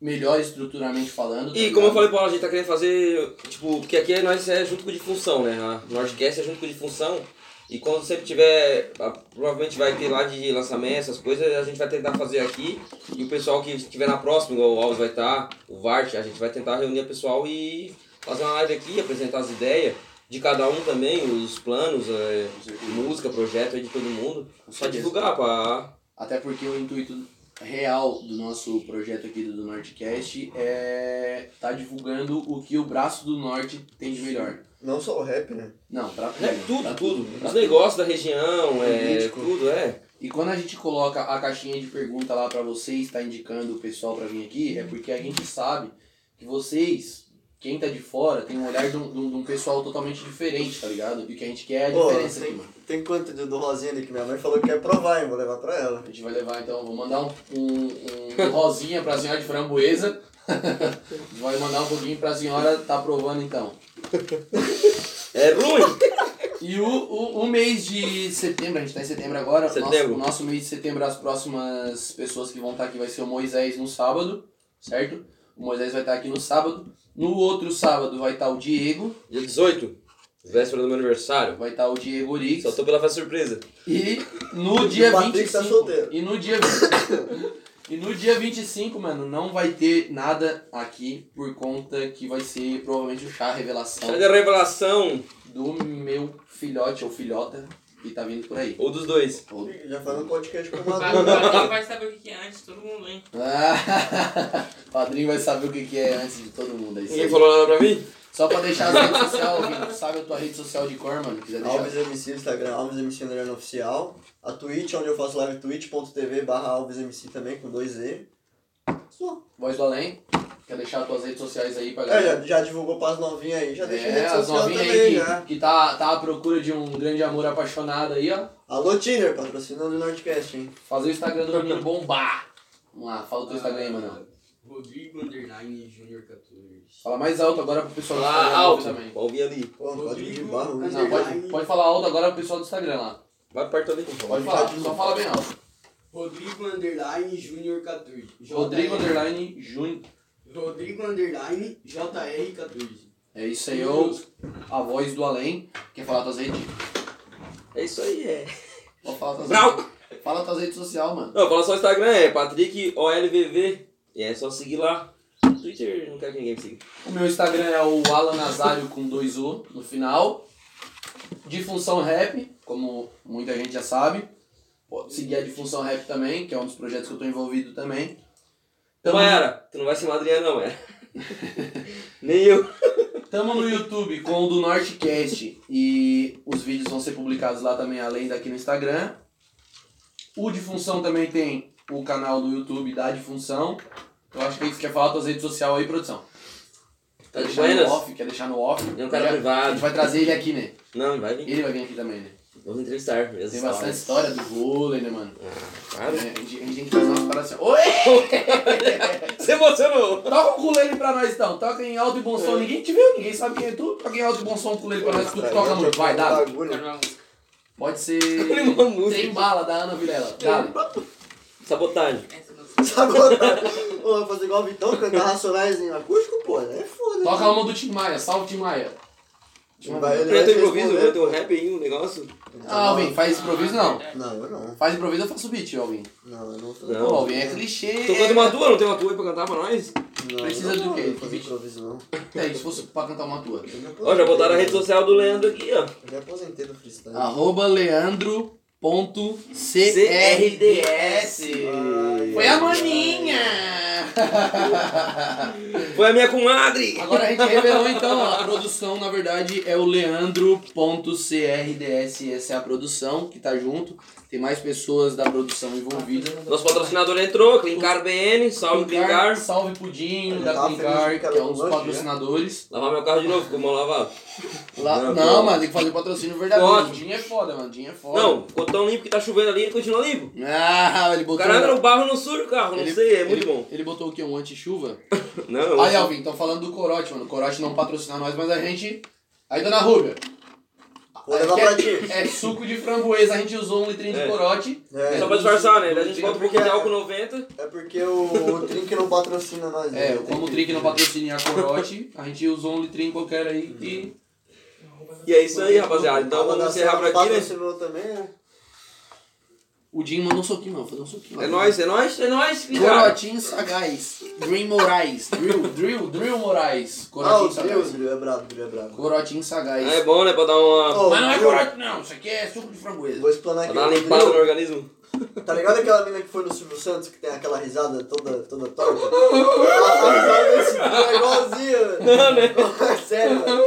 S1: melhor estruturamente falando. tá
S2: E como eu
S1: ligado?
S2: falei pra ela, a gente tá querendo fazer, tipo, porque aqui nós é junto com o de função, né? A Nordcast é junto com o de função. E quando sempre tiver, a- provavelmente vai ter lá de lançamento, essas coisas, a gente vai tentar fazer aqui. E o pessoal que estiver na próxima, igual o Alves vai estar, o Vart, a gente vai tentar reunir o pessoal e fazer uma live aqui, apresentar as ideias de cada um também, os planos, é, música, projeto aí de todo mundo.
S1: Com
S2: Só
S1: certeza.
S2: divulgar pra
S1: Até porque o intuito real do nosso projeto aqui do Nortecast é tá divulgando o que o braço do norte tem de melhor.
S3: Não só o rap, né?
S1: Não, pra
S2: É tudo,
S1: pra
S2: tudo.
S1: pra
S2: Os negócios da região, é,
S3: Político.
S2: tudo, é.
S1: E quando a gente coloca a caixinha de pergunta lá pra vocês, tá indicando o pessoal pra vir aqui, é porque a gente sabe que vocês, quem tá de fora, tem um olhar de um, de um- de um pessoal totalmente diferente, tá ligado? E o que a gente quer é a
S3: Ô,
S1: diferença aqui,
S3: tem,
S1: mano.
S3: tem quanto de- do Rosinha ali que minha mãe falou que quer provar, hein? Vou levar pra ela.
S1: A gente vai levar então, vou mandar um, um, um rosinha pra senhora de framboesa. vai mandar um pouquinho pra senhora tá provando então.
S2: É ruim.
S1: E o, o, o mês de setembro, a gente tá em setembro agora.
S2: Setembro.
S1: Nosso, o nosso mês de setembro, as próximas pessoas que vão estar aqui vai ser o Moisés no sábado, certo? O Moisés vai estar aqui no sábado. No outro sábado vai estar o Diego,
S2: Dia 18, véspera do meu aniversário.
S1: vai estar o Diego Orix.
S2: Só tô pela festa surpresa.
S1: E no dia
S3: O Patrick
S1: 25.
S3: tá solteiro.
S1: E no dia. E no dia 25, mano, não vai ter nada aqui por conta que vai ser provavelmente o chá revelação
S2: Chá de revelação,
S1: do meu filhote ou filhota que tá vindo por aí.
S2: ou dos dois.
S1: Ou-
S3: Já faz um podcast com o Maduro.
S5: Agora quem vai saber o que que é antes, todo mundo, hein?
S1: Ah, padrinho vai saber o que, que é antes de todo mundo. É isso
S2: Ninguém
S1: aí.
S2: falou nada pra mim?
S1: Só pra deixar as redes sociais, Vini, sabe a tua rede social de cor, mano? Quiser deixar.
S3: Alves MC no Instagram, Alves MC Underline Oficial. A Twitch, onde eu faço live, twitch.tv barra Alves MC também, com dois E. Só.
S1: Voz do Além, quer deixar as tuas redes sociais aí pra
S3: É,
S1: galera?
S3: já, já divulgou pras novinhas aí, já deixei
S1: É,
S3: rede
S1: as
S3: social também,
S1: novinhas aí
S3: já.
S1: que, que tá, tá à procura de um grande amor apaixonado aí, ó.
S3: Alô, Tinder, patrocinando o Nordcast, hein?
S1: Fazer o Instagram do menino bombar. Vamos lá, fala o teu Instagram aí, mano.
S4: Rodrigo Underline Júnior 14.
S1: Fala mais alto agora pro pessoal do Instagram
S2: Ah,
S1: ouvir
S2: alto.
S1: também.
S2: Ouvi ali.
S3: Pô, código de
S4: Rodrigo,
S3: barro.
S4: Anderson.
S1: Não, pode, pode falar alto agora pro pessoal do Instagram lá.
S2: Vai perto ali.
S1: Pode falar, só fala bem alto.
S4: Rodrigo Underline Júnior 14. JR.
S1: Rodrigo Underline Júnior.
S4: Rodrigo Underline JR 14.
S1: É isso aí, eu, a voz do além. Quer falar tuas redes?
S2: É isso aí, é.
S1: Pode falar tuas
S2: Não.
S1: redes. Fala tuas redes sociais, mano.
S2: Não, fala só o Instagram, é PatrickOLVV. E é só seguir lá. Twitter, não quero que ninguém me siga.
S1: O meu Instagram é o Alan Nazário com dois O no final. Difunção Rap, como muita gente já sabe. Pode seguir a Difunção Rap também, que é um dos projetos que eu tô envolvido também. Tamo,
S2: Mayara, tu não vai ser madrinha não, é. Nem eu.
S1: tamo no YouTube com o do Nortecast e os vídeos vão ser publicados lá também, além daqui no Instagram. O Difunção também tem o canal do YouTube da Difunção. Eu acho que é isso. Quer falar tuas redes sociais aí, produção?
S2: Tá
S1: Quer
S2: de
S1: deixar no
S2: buenas?
S1: off? Quer deixar no off?
S2: É um cara
S1: Já- A
S2: privado.
S1: gente vai trazer ele aqui, né?
S2: Não, vai vir.
S1: Ele vai vir aqui também, né?
S2: Vamos entrevistar. Ah, minhas
S1: Tem bastante
S2: histórias.
S1: história do vôlei, né, mano?
S2: Claro.
S1: É, a, gente, a gente tem que fazer umas paradas assim. Oi!
S2: Se emocionou!
S1: Toca um ukulele pra nós então. Toca em alto e bom som. Ninguém te viu, ninguém sabe quem é tu. Toca em alto e bom som, ukulele pra
S3: Tá,
S1: nós. Tu que toca muito. Vai, dá.
S3: Bagulho.
S1: Pode
S2: Ele
S1: ser.
S2: mandou música.
S1: Tem bala da Ana Vilela. Dá.
S2: Sabotagem.
S5: Essa não
S3: Sabotagem. Ô, vai tá, fazer igual o Vitão, cantar racionais em acústico, pô, né? É foda.
S1: Toca uma do Tim Maia. Salve, Tim Maia.
S3: Vai, ele
S2: Eu
S3: vai te
S2: tenho é improviso,
S3: responder.
S2: eu tenho um rap aí, um negócio.
S1: Ah, Alvin, faz improviso não.
S3: Não, eu não.
S1: Faz improviso eu faço beat, Alvin.
S3: Não, eu não.
S2: Não.
S1: Pô, Alvin é clichê.
S2: Tô cantando uma tua, não tem uma tua aí pra cantar pra nós?
S3: Não,
S1: Precisa
S3: eu não,
S1: do quê?
S3: Eu não faço improviso, não.
S1: É, se fosse pra cantar uma tua.
S3: Eu me aposentei,
S2: Ó, já botaram a rede
S3: né?
S2: social do Leandro aqui, ó.
S1: Ah,
S3: Eu me aposentei do freestyle.
S1: Arroba Leandro www.crds. Foi a maninha!
S2: Foi a minha comadre!
S1: Agora a gente revelou então, ó, a produção na verdade é o leandro.crds, essa é a produção que tá junto. Tem mais pessoas da produção envolvida.
S2: Nosso patrocinador entrou, Clincar BN, salve Clincar.
S1: salve Pudim,
S3: Ele
S1: da
S3: tava feliz
S1: Clincar,
S3: com
S1: que é um dos
S3: elogio, né?
S1: patrocinadores.
S2: Lavar meu carro de novo, como eu lavava.
S1: Lá,
S2: Não,
S1: não,
S2: não.
S1: mano, tem que fazer patrocínio verdadeiro.
S2: Foda.
S1: Dinho é foda, mano, Dinho é foda.
S2: Não, ficou tão limpo que tá chovendo ali, ele continua limpo.
S1: Ah, ele
S2: O
S1: botou.
S2: cara anda no barro e não suja o carro, um não
S1: ele-
S2: sei, é
S1: ele-
S2: muito bom.
S1: Ele botou o quê? Um anti-chuva?
S2: Não,
S1: Aí, Alvin, estão falando do Corote, mano. O Corote não patrocina nós, mas a gente. Aí, dona Rúbia.
S3: Vou levar pra ti.
S1: É suco de framboesa, a gente usou um litrinho
S2: É.
S1: de corote.
S3: É,
S2: só pra disfarçar, né? A gente
S1: Porque-
S2: bota um pouquinho de álcool 90.
S3: é porque o, o Trink não patrocina nós.
S1: É,
S3: né?
S1: como o Trick não patrocina a corote, a gente usou um litrinho qualquer aí e.
S2: Uhum. E é isso aí, rapaziada. Então
S3: Alma da
S2: vamos encerrar por
S3: Serra
S2: aqui, né?
S3: patrocinou também, né?
S1: O Jim mandou um soquinho, mano. Fazer um soquinho.
S2: É
S1: mano.
S2: nóis, é nóis, é nóis, Clincar.
S1: Corotinho sagaz. Dream Moraes. Drill, drill, drill Moraes.
S3: Ah, o
S1: Corotinho
S3: Drill, o
S1: sagaz.
S3: Drill é brabo, o Drill é brabo.
S1: Corotinho sagaz.
S2: É bom, né? Pra dar uma.
S3: Ô,
S1: Mas não é
S3: Drill,
S1: corote, não. Isso aqui é suco de framboesa.
S3: Vou explanar
S2: Pra
S3: aqui.
S2: dar uma
S3: O
S2: limpada no
S3: Drill,
S2: organismo.
S3: Tá ligado aquela mina que foi no Silvio Santos, que tem aquela risada toda, toda torta? Ela- A risada desse Drill é igualzinha, velho. Não, né? Sério, velho.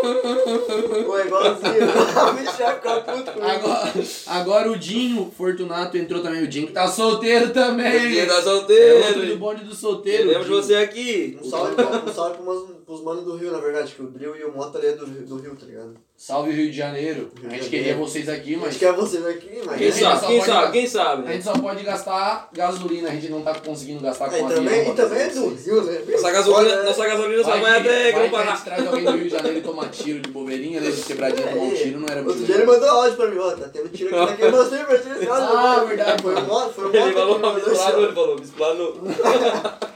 S3: Pô, é igualzinha. A bicha ficou puta comigo.
S1: Agora, agora o Dinho Fortunato entrou também. O Dinho que tá solteiro também.
S2: Dia
S3: tá
S2: da
S1: É outro do
S2: solteiro.
S1: bonde do solteiro.
S2: Lembro de
S1: Dinho.
S2: você aqui.
S3: Um salve, pra- um salve pros, pros manos do Rio, na verdade, que o Drill e o Mota ali é do, Rio- do Rio, tá ligado?
S1: Salve Rio de Janeiro.
S3: Rio
S1: a
S3: de
S1: gente
S3: Janeiro.
S1: queria vocês aqui,
S3: Acho
S1: mas
S3: que é vocês aqui, mas...
S2: Quem
S1: Ele
S2: sabe,
S1: só
S2: quem
S1: pode-
S2: sabe, quem
S1: a
S2: sabe. né?
S1: gente só pode gastar gasolina. A gente não tá conseguindo gastar com
S3: É, e
S1: avião.
S3: também, e
S1: mano.
S3: também é do Rio, né?
S2: Nossa gasolina,
S1: é
S3: Olha,
S2: nossa gasolina só
S1: Vai
S2: vai
S1: que-
S2: até
S1: vai que a
S2: Grão-Pará.
S1: gente traz alguém do Rio de Janeiro e toma tiro de bobeirinha, né? De quebradinha tomar um tiro, não era muito
S3: Outro dia ele
S1: legal.
S3: É, mandou áudio pra mim, ó, tá tendo tiro aqui naquele você, pra você, você
S1: Ah,
S3: olha,
S1: verdade.
S3: né? Foi o moto, foi o moto.
S2: Ele falou,
S3: que mandou esse
S2: bisplano, ele
S3: áudio.
S2: falou, bisplano.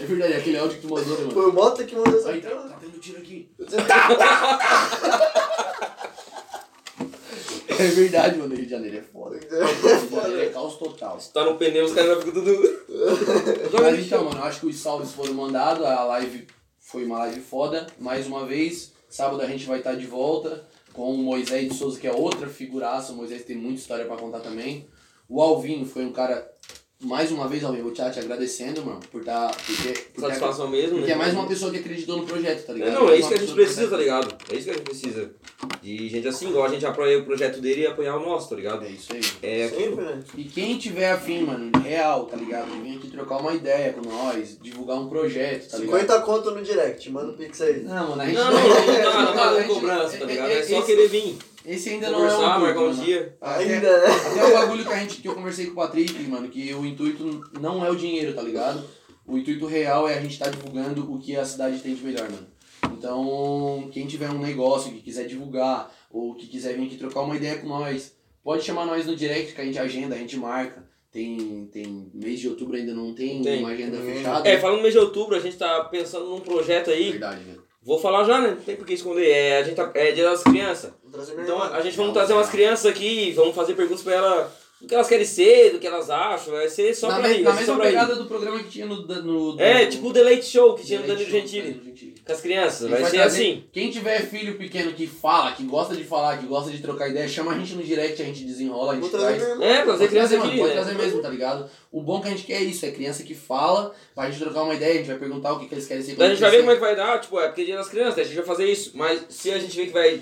S1: É verdade, aquele áudio que tu mandou, né, mano?
S3: Foi o moto que mandou
S1: Aí,
S3: essa
S1: tá, tá tendo tiro aqui.
S3: Tá.
S1: É verdade, mano. Rio de Janeiro é foda. Rio de Janeiro é
S3: Foda.
S1: caos total.
S2: Tá no pneu, os caras já ficam tudo. Joga
S1: Mas
S2: no
S1: então,
S2: chão.
S1: mano, eu acho que os salves foram mandados. A live foi uma live foda. Mais uma vez, sábado a gente vai estar de volta com o Moisés de Souza, que é outra figuraça. O Moisés tem muita história pra contar também. O Alvinho foi um cara, mais uma vez, Alvinho, vou te, te agradecendo, mano, por estar. porque, porque,
S2: Satisfação mesmo,
S1: porque
S2: né?
S1: é mais uma pessoa que acreditou no projeto, tá ligado?
S2: É, não, é
S1: Mais
S2: isso
S1: uma
S2: que a gente
S1: pessoa
S2: precisa, tá ligado? É isso que a gente precisa. De gente assim, igual a gente apoia o projeto dele e apoiar o nosso, tá ligado?
S1: É isso aí.
S2: É aquilo.
S3: Sempre, né?
S1: E quem tiver afim, mano, real, tá ligado? De vir aqui trocar uma ideia com nós, divulgar um projeto, tá ligado?
S3: 50 conto no direct, manda um pix aí.
S1: Não, mano, a gente
S2: Não, não, não tá, não
S1: a
S2: tá
S1: gente-
S2: com cobrança, tá ligado? É só
S1: esse-
S2: querer vir,
S1: Esse ainda não é um
S2: conversar,
S1: intuito,
S2: marcar um
S1: mano.
S2: dia.
S1: Até,
S3: Ainda, né?
S1: até o bagulho que, a gente, que eu conversei com o Patrick, mano, que o intuito não é o dinheiro, tá ligado? O intuito real é a gente estar divulgando o que a cidade tem de melhor, mano. Então, quem tiver um negócio que quiser divulgar, ou que quiser vir aqui trocar uma ideia com nós, pode chamar nós no direct que a gente agenda, a gente marca. Tem, tem mês de outubro ainda não tem,
S2: Tem.
S1: uma agenda
S3: Tem.
S1: fechada.
S2: É, falando no mês de outubro, a gente tá pensando num projeto aí.
S1: Verdade, velho.
S2: Vou falar já, né? Não tem por que esconder. É, a gente tá, é dia das crianças.
S3: Vou trazer minha
S2: Então
S3: irmã.
S2: a gente vamos trazer umas crianças aqui, vamos fazer perguntas pra ela do que elas querem ser, do que elas acham. Vai ser só
S1: na
S2: pra
S1: me-
S2: ir,
S1: na
S2: vai ser só
S1: mesma
S2: pra ir.
S1: pegada do programa que tinha no... no
S2: É,
S1: no-
S2: tipo o The Late Show que tinha no
S1: Direito
S2: Danilo Gentili.
S1: Danilo Gentili.
S2: Com as crianças,
S1: Ele
S2: vai
S1: vai
S2: ser
S1: trazer-
S2: assim.
S1: Quem tiver filho pequeno que fala, que gosta de falar, que gosta de trocar ideia, chama a gente no direct, a gente desenrola, a gente
S3: Vou
S1: traz.
S3: trazer minha irmã.
S2: É, trazer
S1: Pode
S2: criança
S1: mano,
S2: aqui,
S1: pode
S2: né?
S1: trazer mesmo, tá ligado? O bom que a gente quer é isso, é criança que fala, pra gente trocar uma ideia, a gente vai perguntar o que, que eles querem ser
S2: Daí a gente vai ver como é
S1: crescer.
S2: que vai dar, tipo, é porque é dia das crianças, daí a gente vai fazer isso. Mas se a gente vê que vai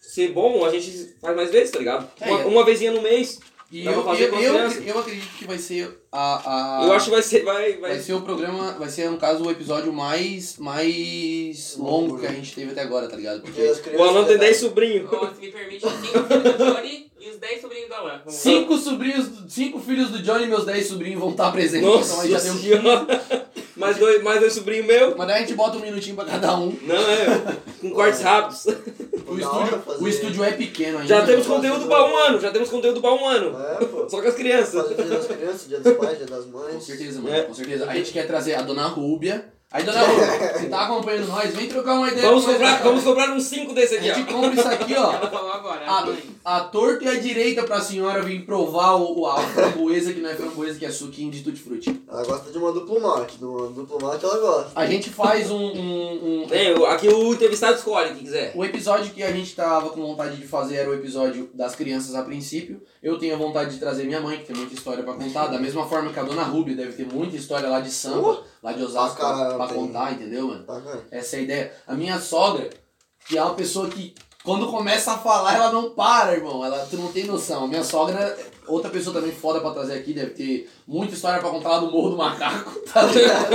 S2: ser bom, a gente faz mais vezes, tá ligado?
S1: É,
S2: Uma,
S1: é.
S2: uma vezinha no mês,
S1: E
S2: dá
S1: eu,
S2: pra fazer
S1: eu-
S2: com as
S1: eu-
S2: crianças.
S1: eu acredito que vai ser a. a-
S2: eu acho que vai ser, vai,
S1: Ah. Vai
S2: vai,
S1: ser o programa, vai ser no caso o episódio mais, mais longo
S3: né?
S1: que a gente teve até agora, tá ligado?
S3: Dia
S1: Porque
S3: das
S2: O
S3: crianças,
S2: Alan tem
S3: né?
S2: 10 sobrinhos.
S5: Ó, se me permite, os 5 filhos do Johnny e os 10 sobrinhos do Alan. Vamos lá.
S1: cinco sobrinhos, cinco filhos do Johnny e meus dez sobrinhos vão estar presentes. então
S2: Nossa
S1: aí já deu
S2: senhora. mais dois, mais dois sobrinhos meu.
S1: Mas daí a gente bota um minutinho pra cada um.
S2: Não, é. Com cortes rápidos.
S1: O
S3: Vou dar aula
S1: estúdio,
S3: pra
S1: o
S3: fazer-
S1: estúdio é pequeno ainda.
S2: Já temos conteúdo pra um ano. Já temos conteúdo pra um ano.
S3: É, pô.
S2: Só com as crianças.
S3: Fazer dia das crianças, dia dos pais, dia das
S1: Com
S3: mães.
S1: certeza, mano.
S2: É.
S1: Com certeza. A gente quer trazer a dona Rúbia. Aí, dona Lu, se tá acompanhando nós, vem trocar uma ideia
S2: Vamos
S1: com nós,
S2: comprar,
S1: cara.
S2: vamos comprar uns 5 desse
S1: A
S2: aqui,
S1: gente
S2: ó.
S1: compra isso aqui, ó. Ah,
S5: Ela falou agora.
S1: A,
S5: a mãe.
S1: a torta e a direita pra senhora vir provar o, o, a framboesa, que não é framboesa, que é suquinho de tutti-frutti.
S3: Ela gosta de uma duplo mate, de uma duplo mate ela gosta.
S1: A gente faz um- um- um,
S2: Tem, o- aqui o entrevistado escolhe quem quiser.
S1: O episódio que a gente tava com vontade de fazer era o episódio das crianças a princípio. Eu tenho vontade de trazer minha mãe, que tem muita história pra contar. Da mesma forma que a dona Ruby deve ter muita história lá de samba, lá de Osasco
S3: Uh, pra caralho,
S1: pra
S3: tem.
S1: contar, entendeu, mano?
S3: Tá, cara?
S1: Essa é a ideia. A minha sogra, que é uma pessoa que quando começa a falar, ela não para, irmão. Ela tu não tem noção. A minha sogra, outra pessoa também foda pra trazer aqui, deve ter muita história pra contar lá do Morro do Macaco, tá ligado?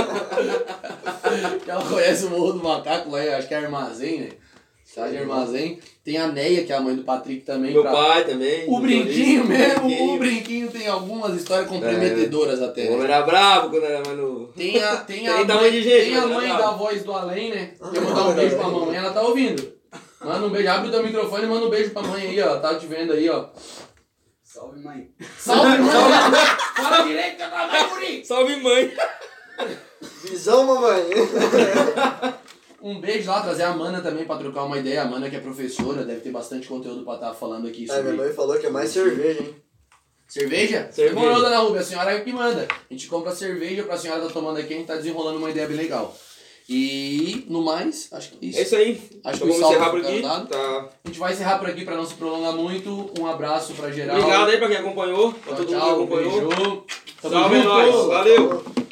S1: que ela conhece o Morro do Macaco lá, acho que é armazém, né? Cidade de armazém. Tem a Neia, que é a mãe do Patrick também.
S2: Meu
S1: pra-
S2: pai também.
S1: O brinquinho
S2: motorista, É,
S1: mesmo, o brinquinho tem algumas histórias comprometedoras até.
S2: O
S1: né?
S2: homem era bravo quando era mais novo.
S1: Tem a, tem a
S2: Tem
S1: mãe,
S2: tamanho de jeito,
S1: tem a
S2: mas
S1: mãe
S2: tá
S1: da
S2: bravo.
S1: voz do além, né? Quer mandar um beijo pra mamãe, ela tá ouvindo. Manda um beijo, abre o teu microfone e manda um beijo pra mãe aí, ó. Tá te vendo aí, ó.
S4: Salve, mãe.
S1: Salve, mãe! Fala direito que eu tava mais bonito!
S2: Salve, mãe.
S3: Visão, mamãe!
S1: Um beijo lá, trazer a Mana também pra trocar uma ideia. A Mana que é professora, deve ter bastante conteúdo pra estar falando aqui
S3: Aí minha
S1: sobre...
S3: mãe falou que é mais cerveja, hein?
S1: Cerveja?
S2: Cerveja.
S1: Demorou, dona Rubia, a senhora é que manda. A gente compra cerveja pra senhora tá tomando aqui, a gente tá desenrolando uma ideia bem legal. E, no mais, acho que
S2: É isso aí.
S1: Acho
S2: Então
S1: que o
S2: vamos
S1: salve
S2: encerrar por
S1: ficaram
S2: aqui.
S1: dados.
S2: Tá.
S1: A gente vai encerrar por aqui pra não se prolongar muito. Um abraço pra geral.
S2: Obrigado aí pra quem acompanhou, pra
S1: Tchau,
S2: Tá todo mundo que
S1: tchau.
S2: acompanhou.
S1: Beijo. Tamo
S2: Salve, é
S1: junto.
S2: nóis. Valeu.
S3: Falou.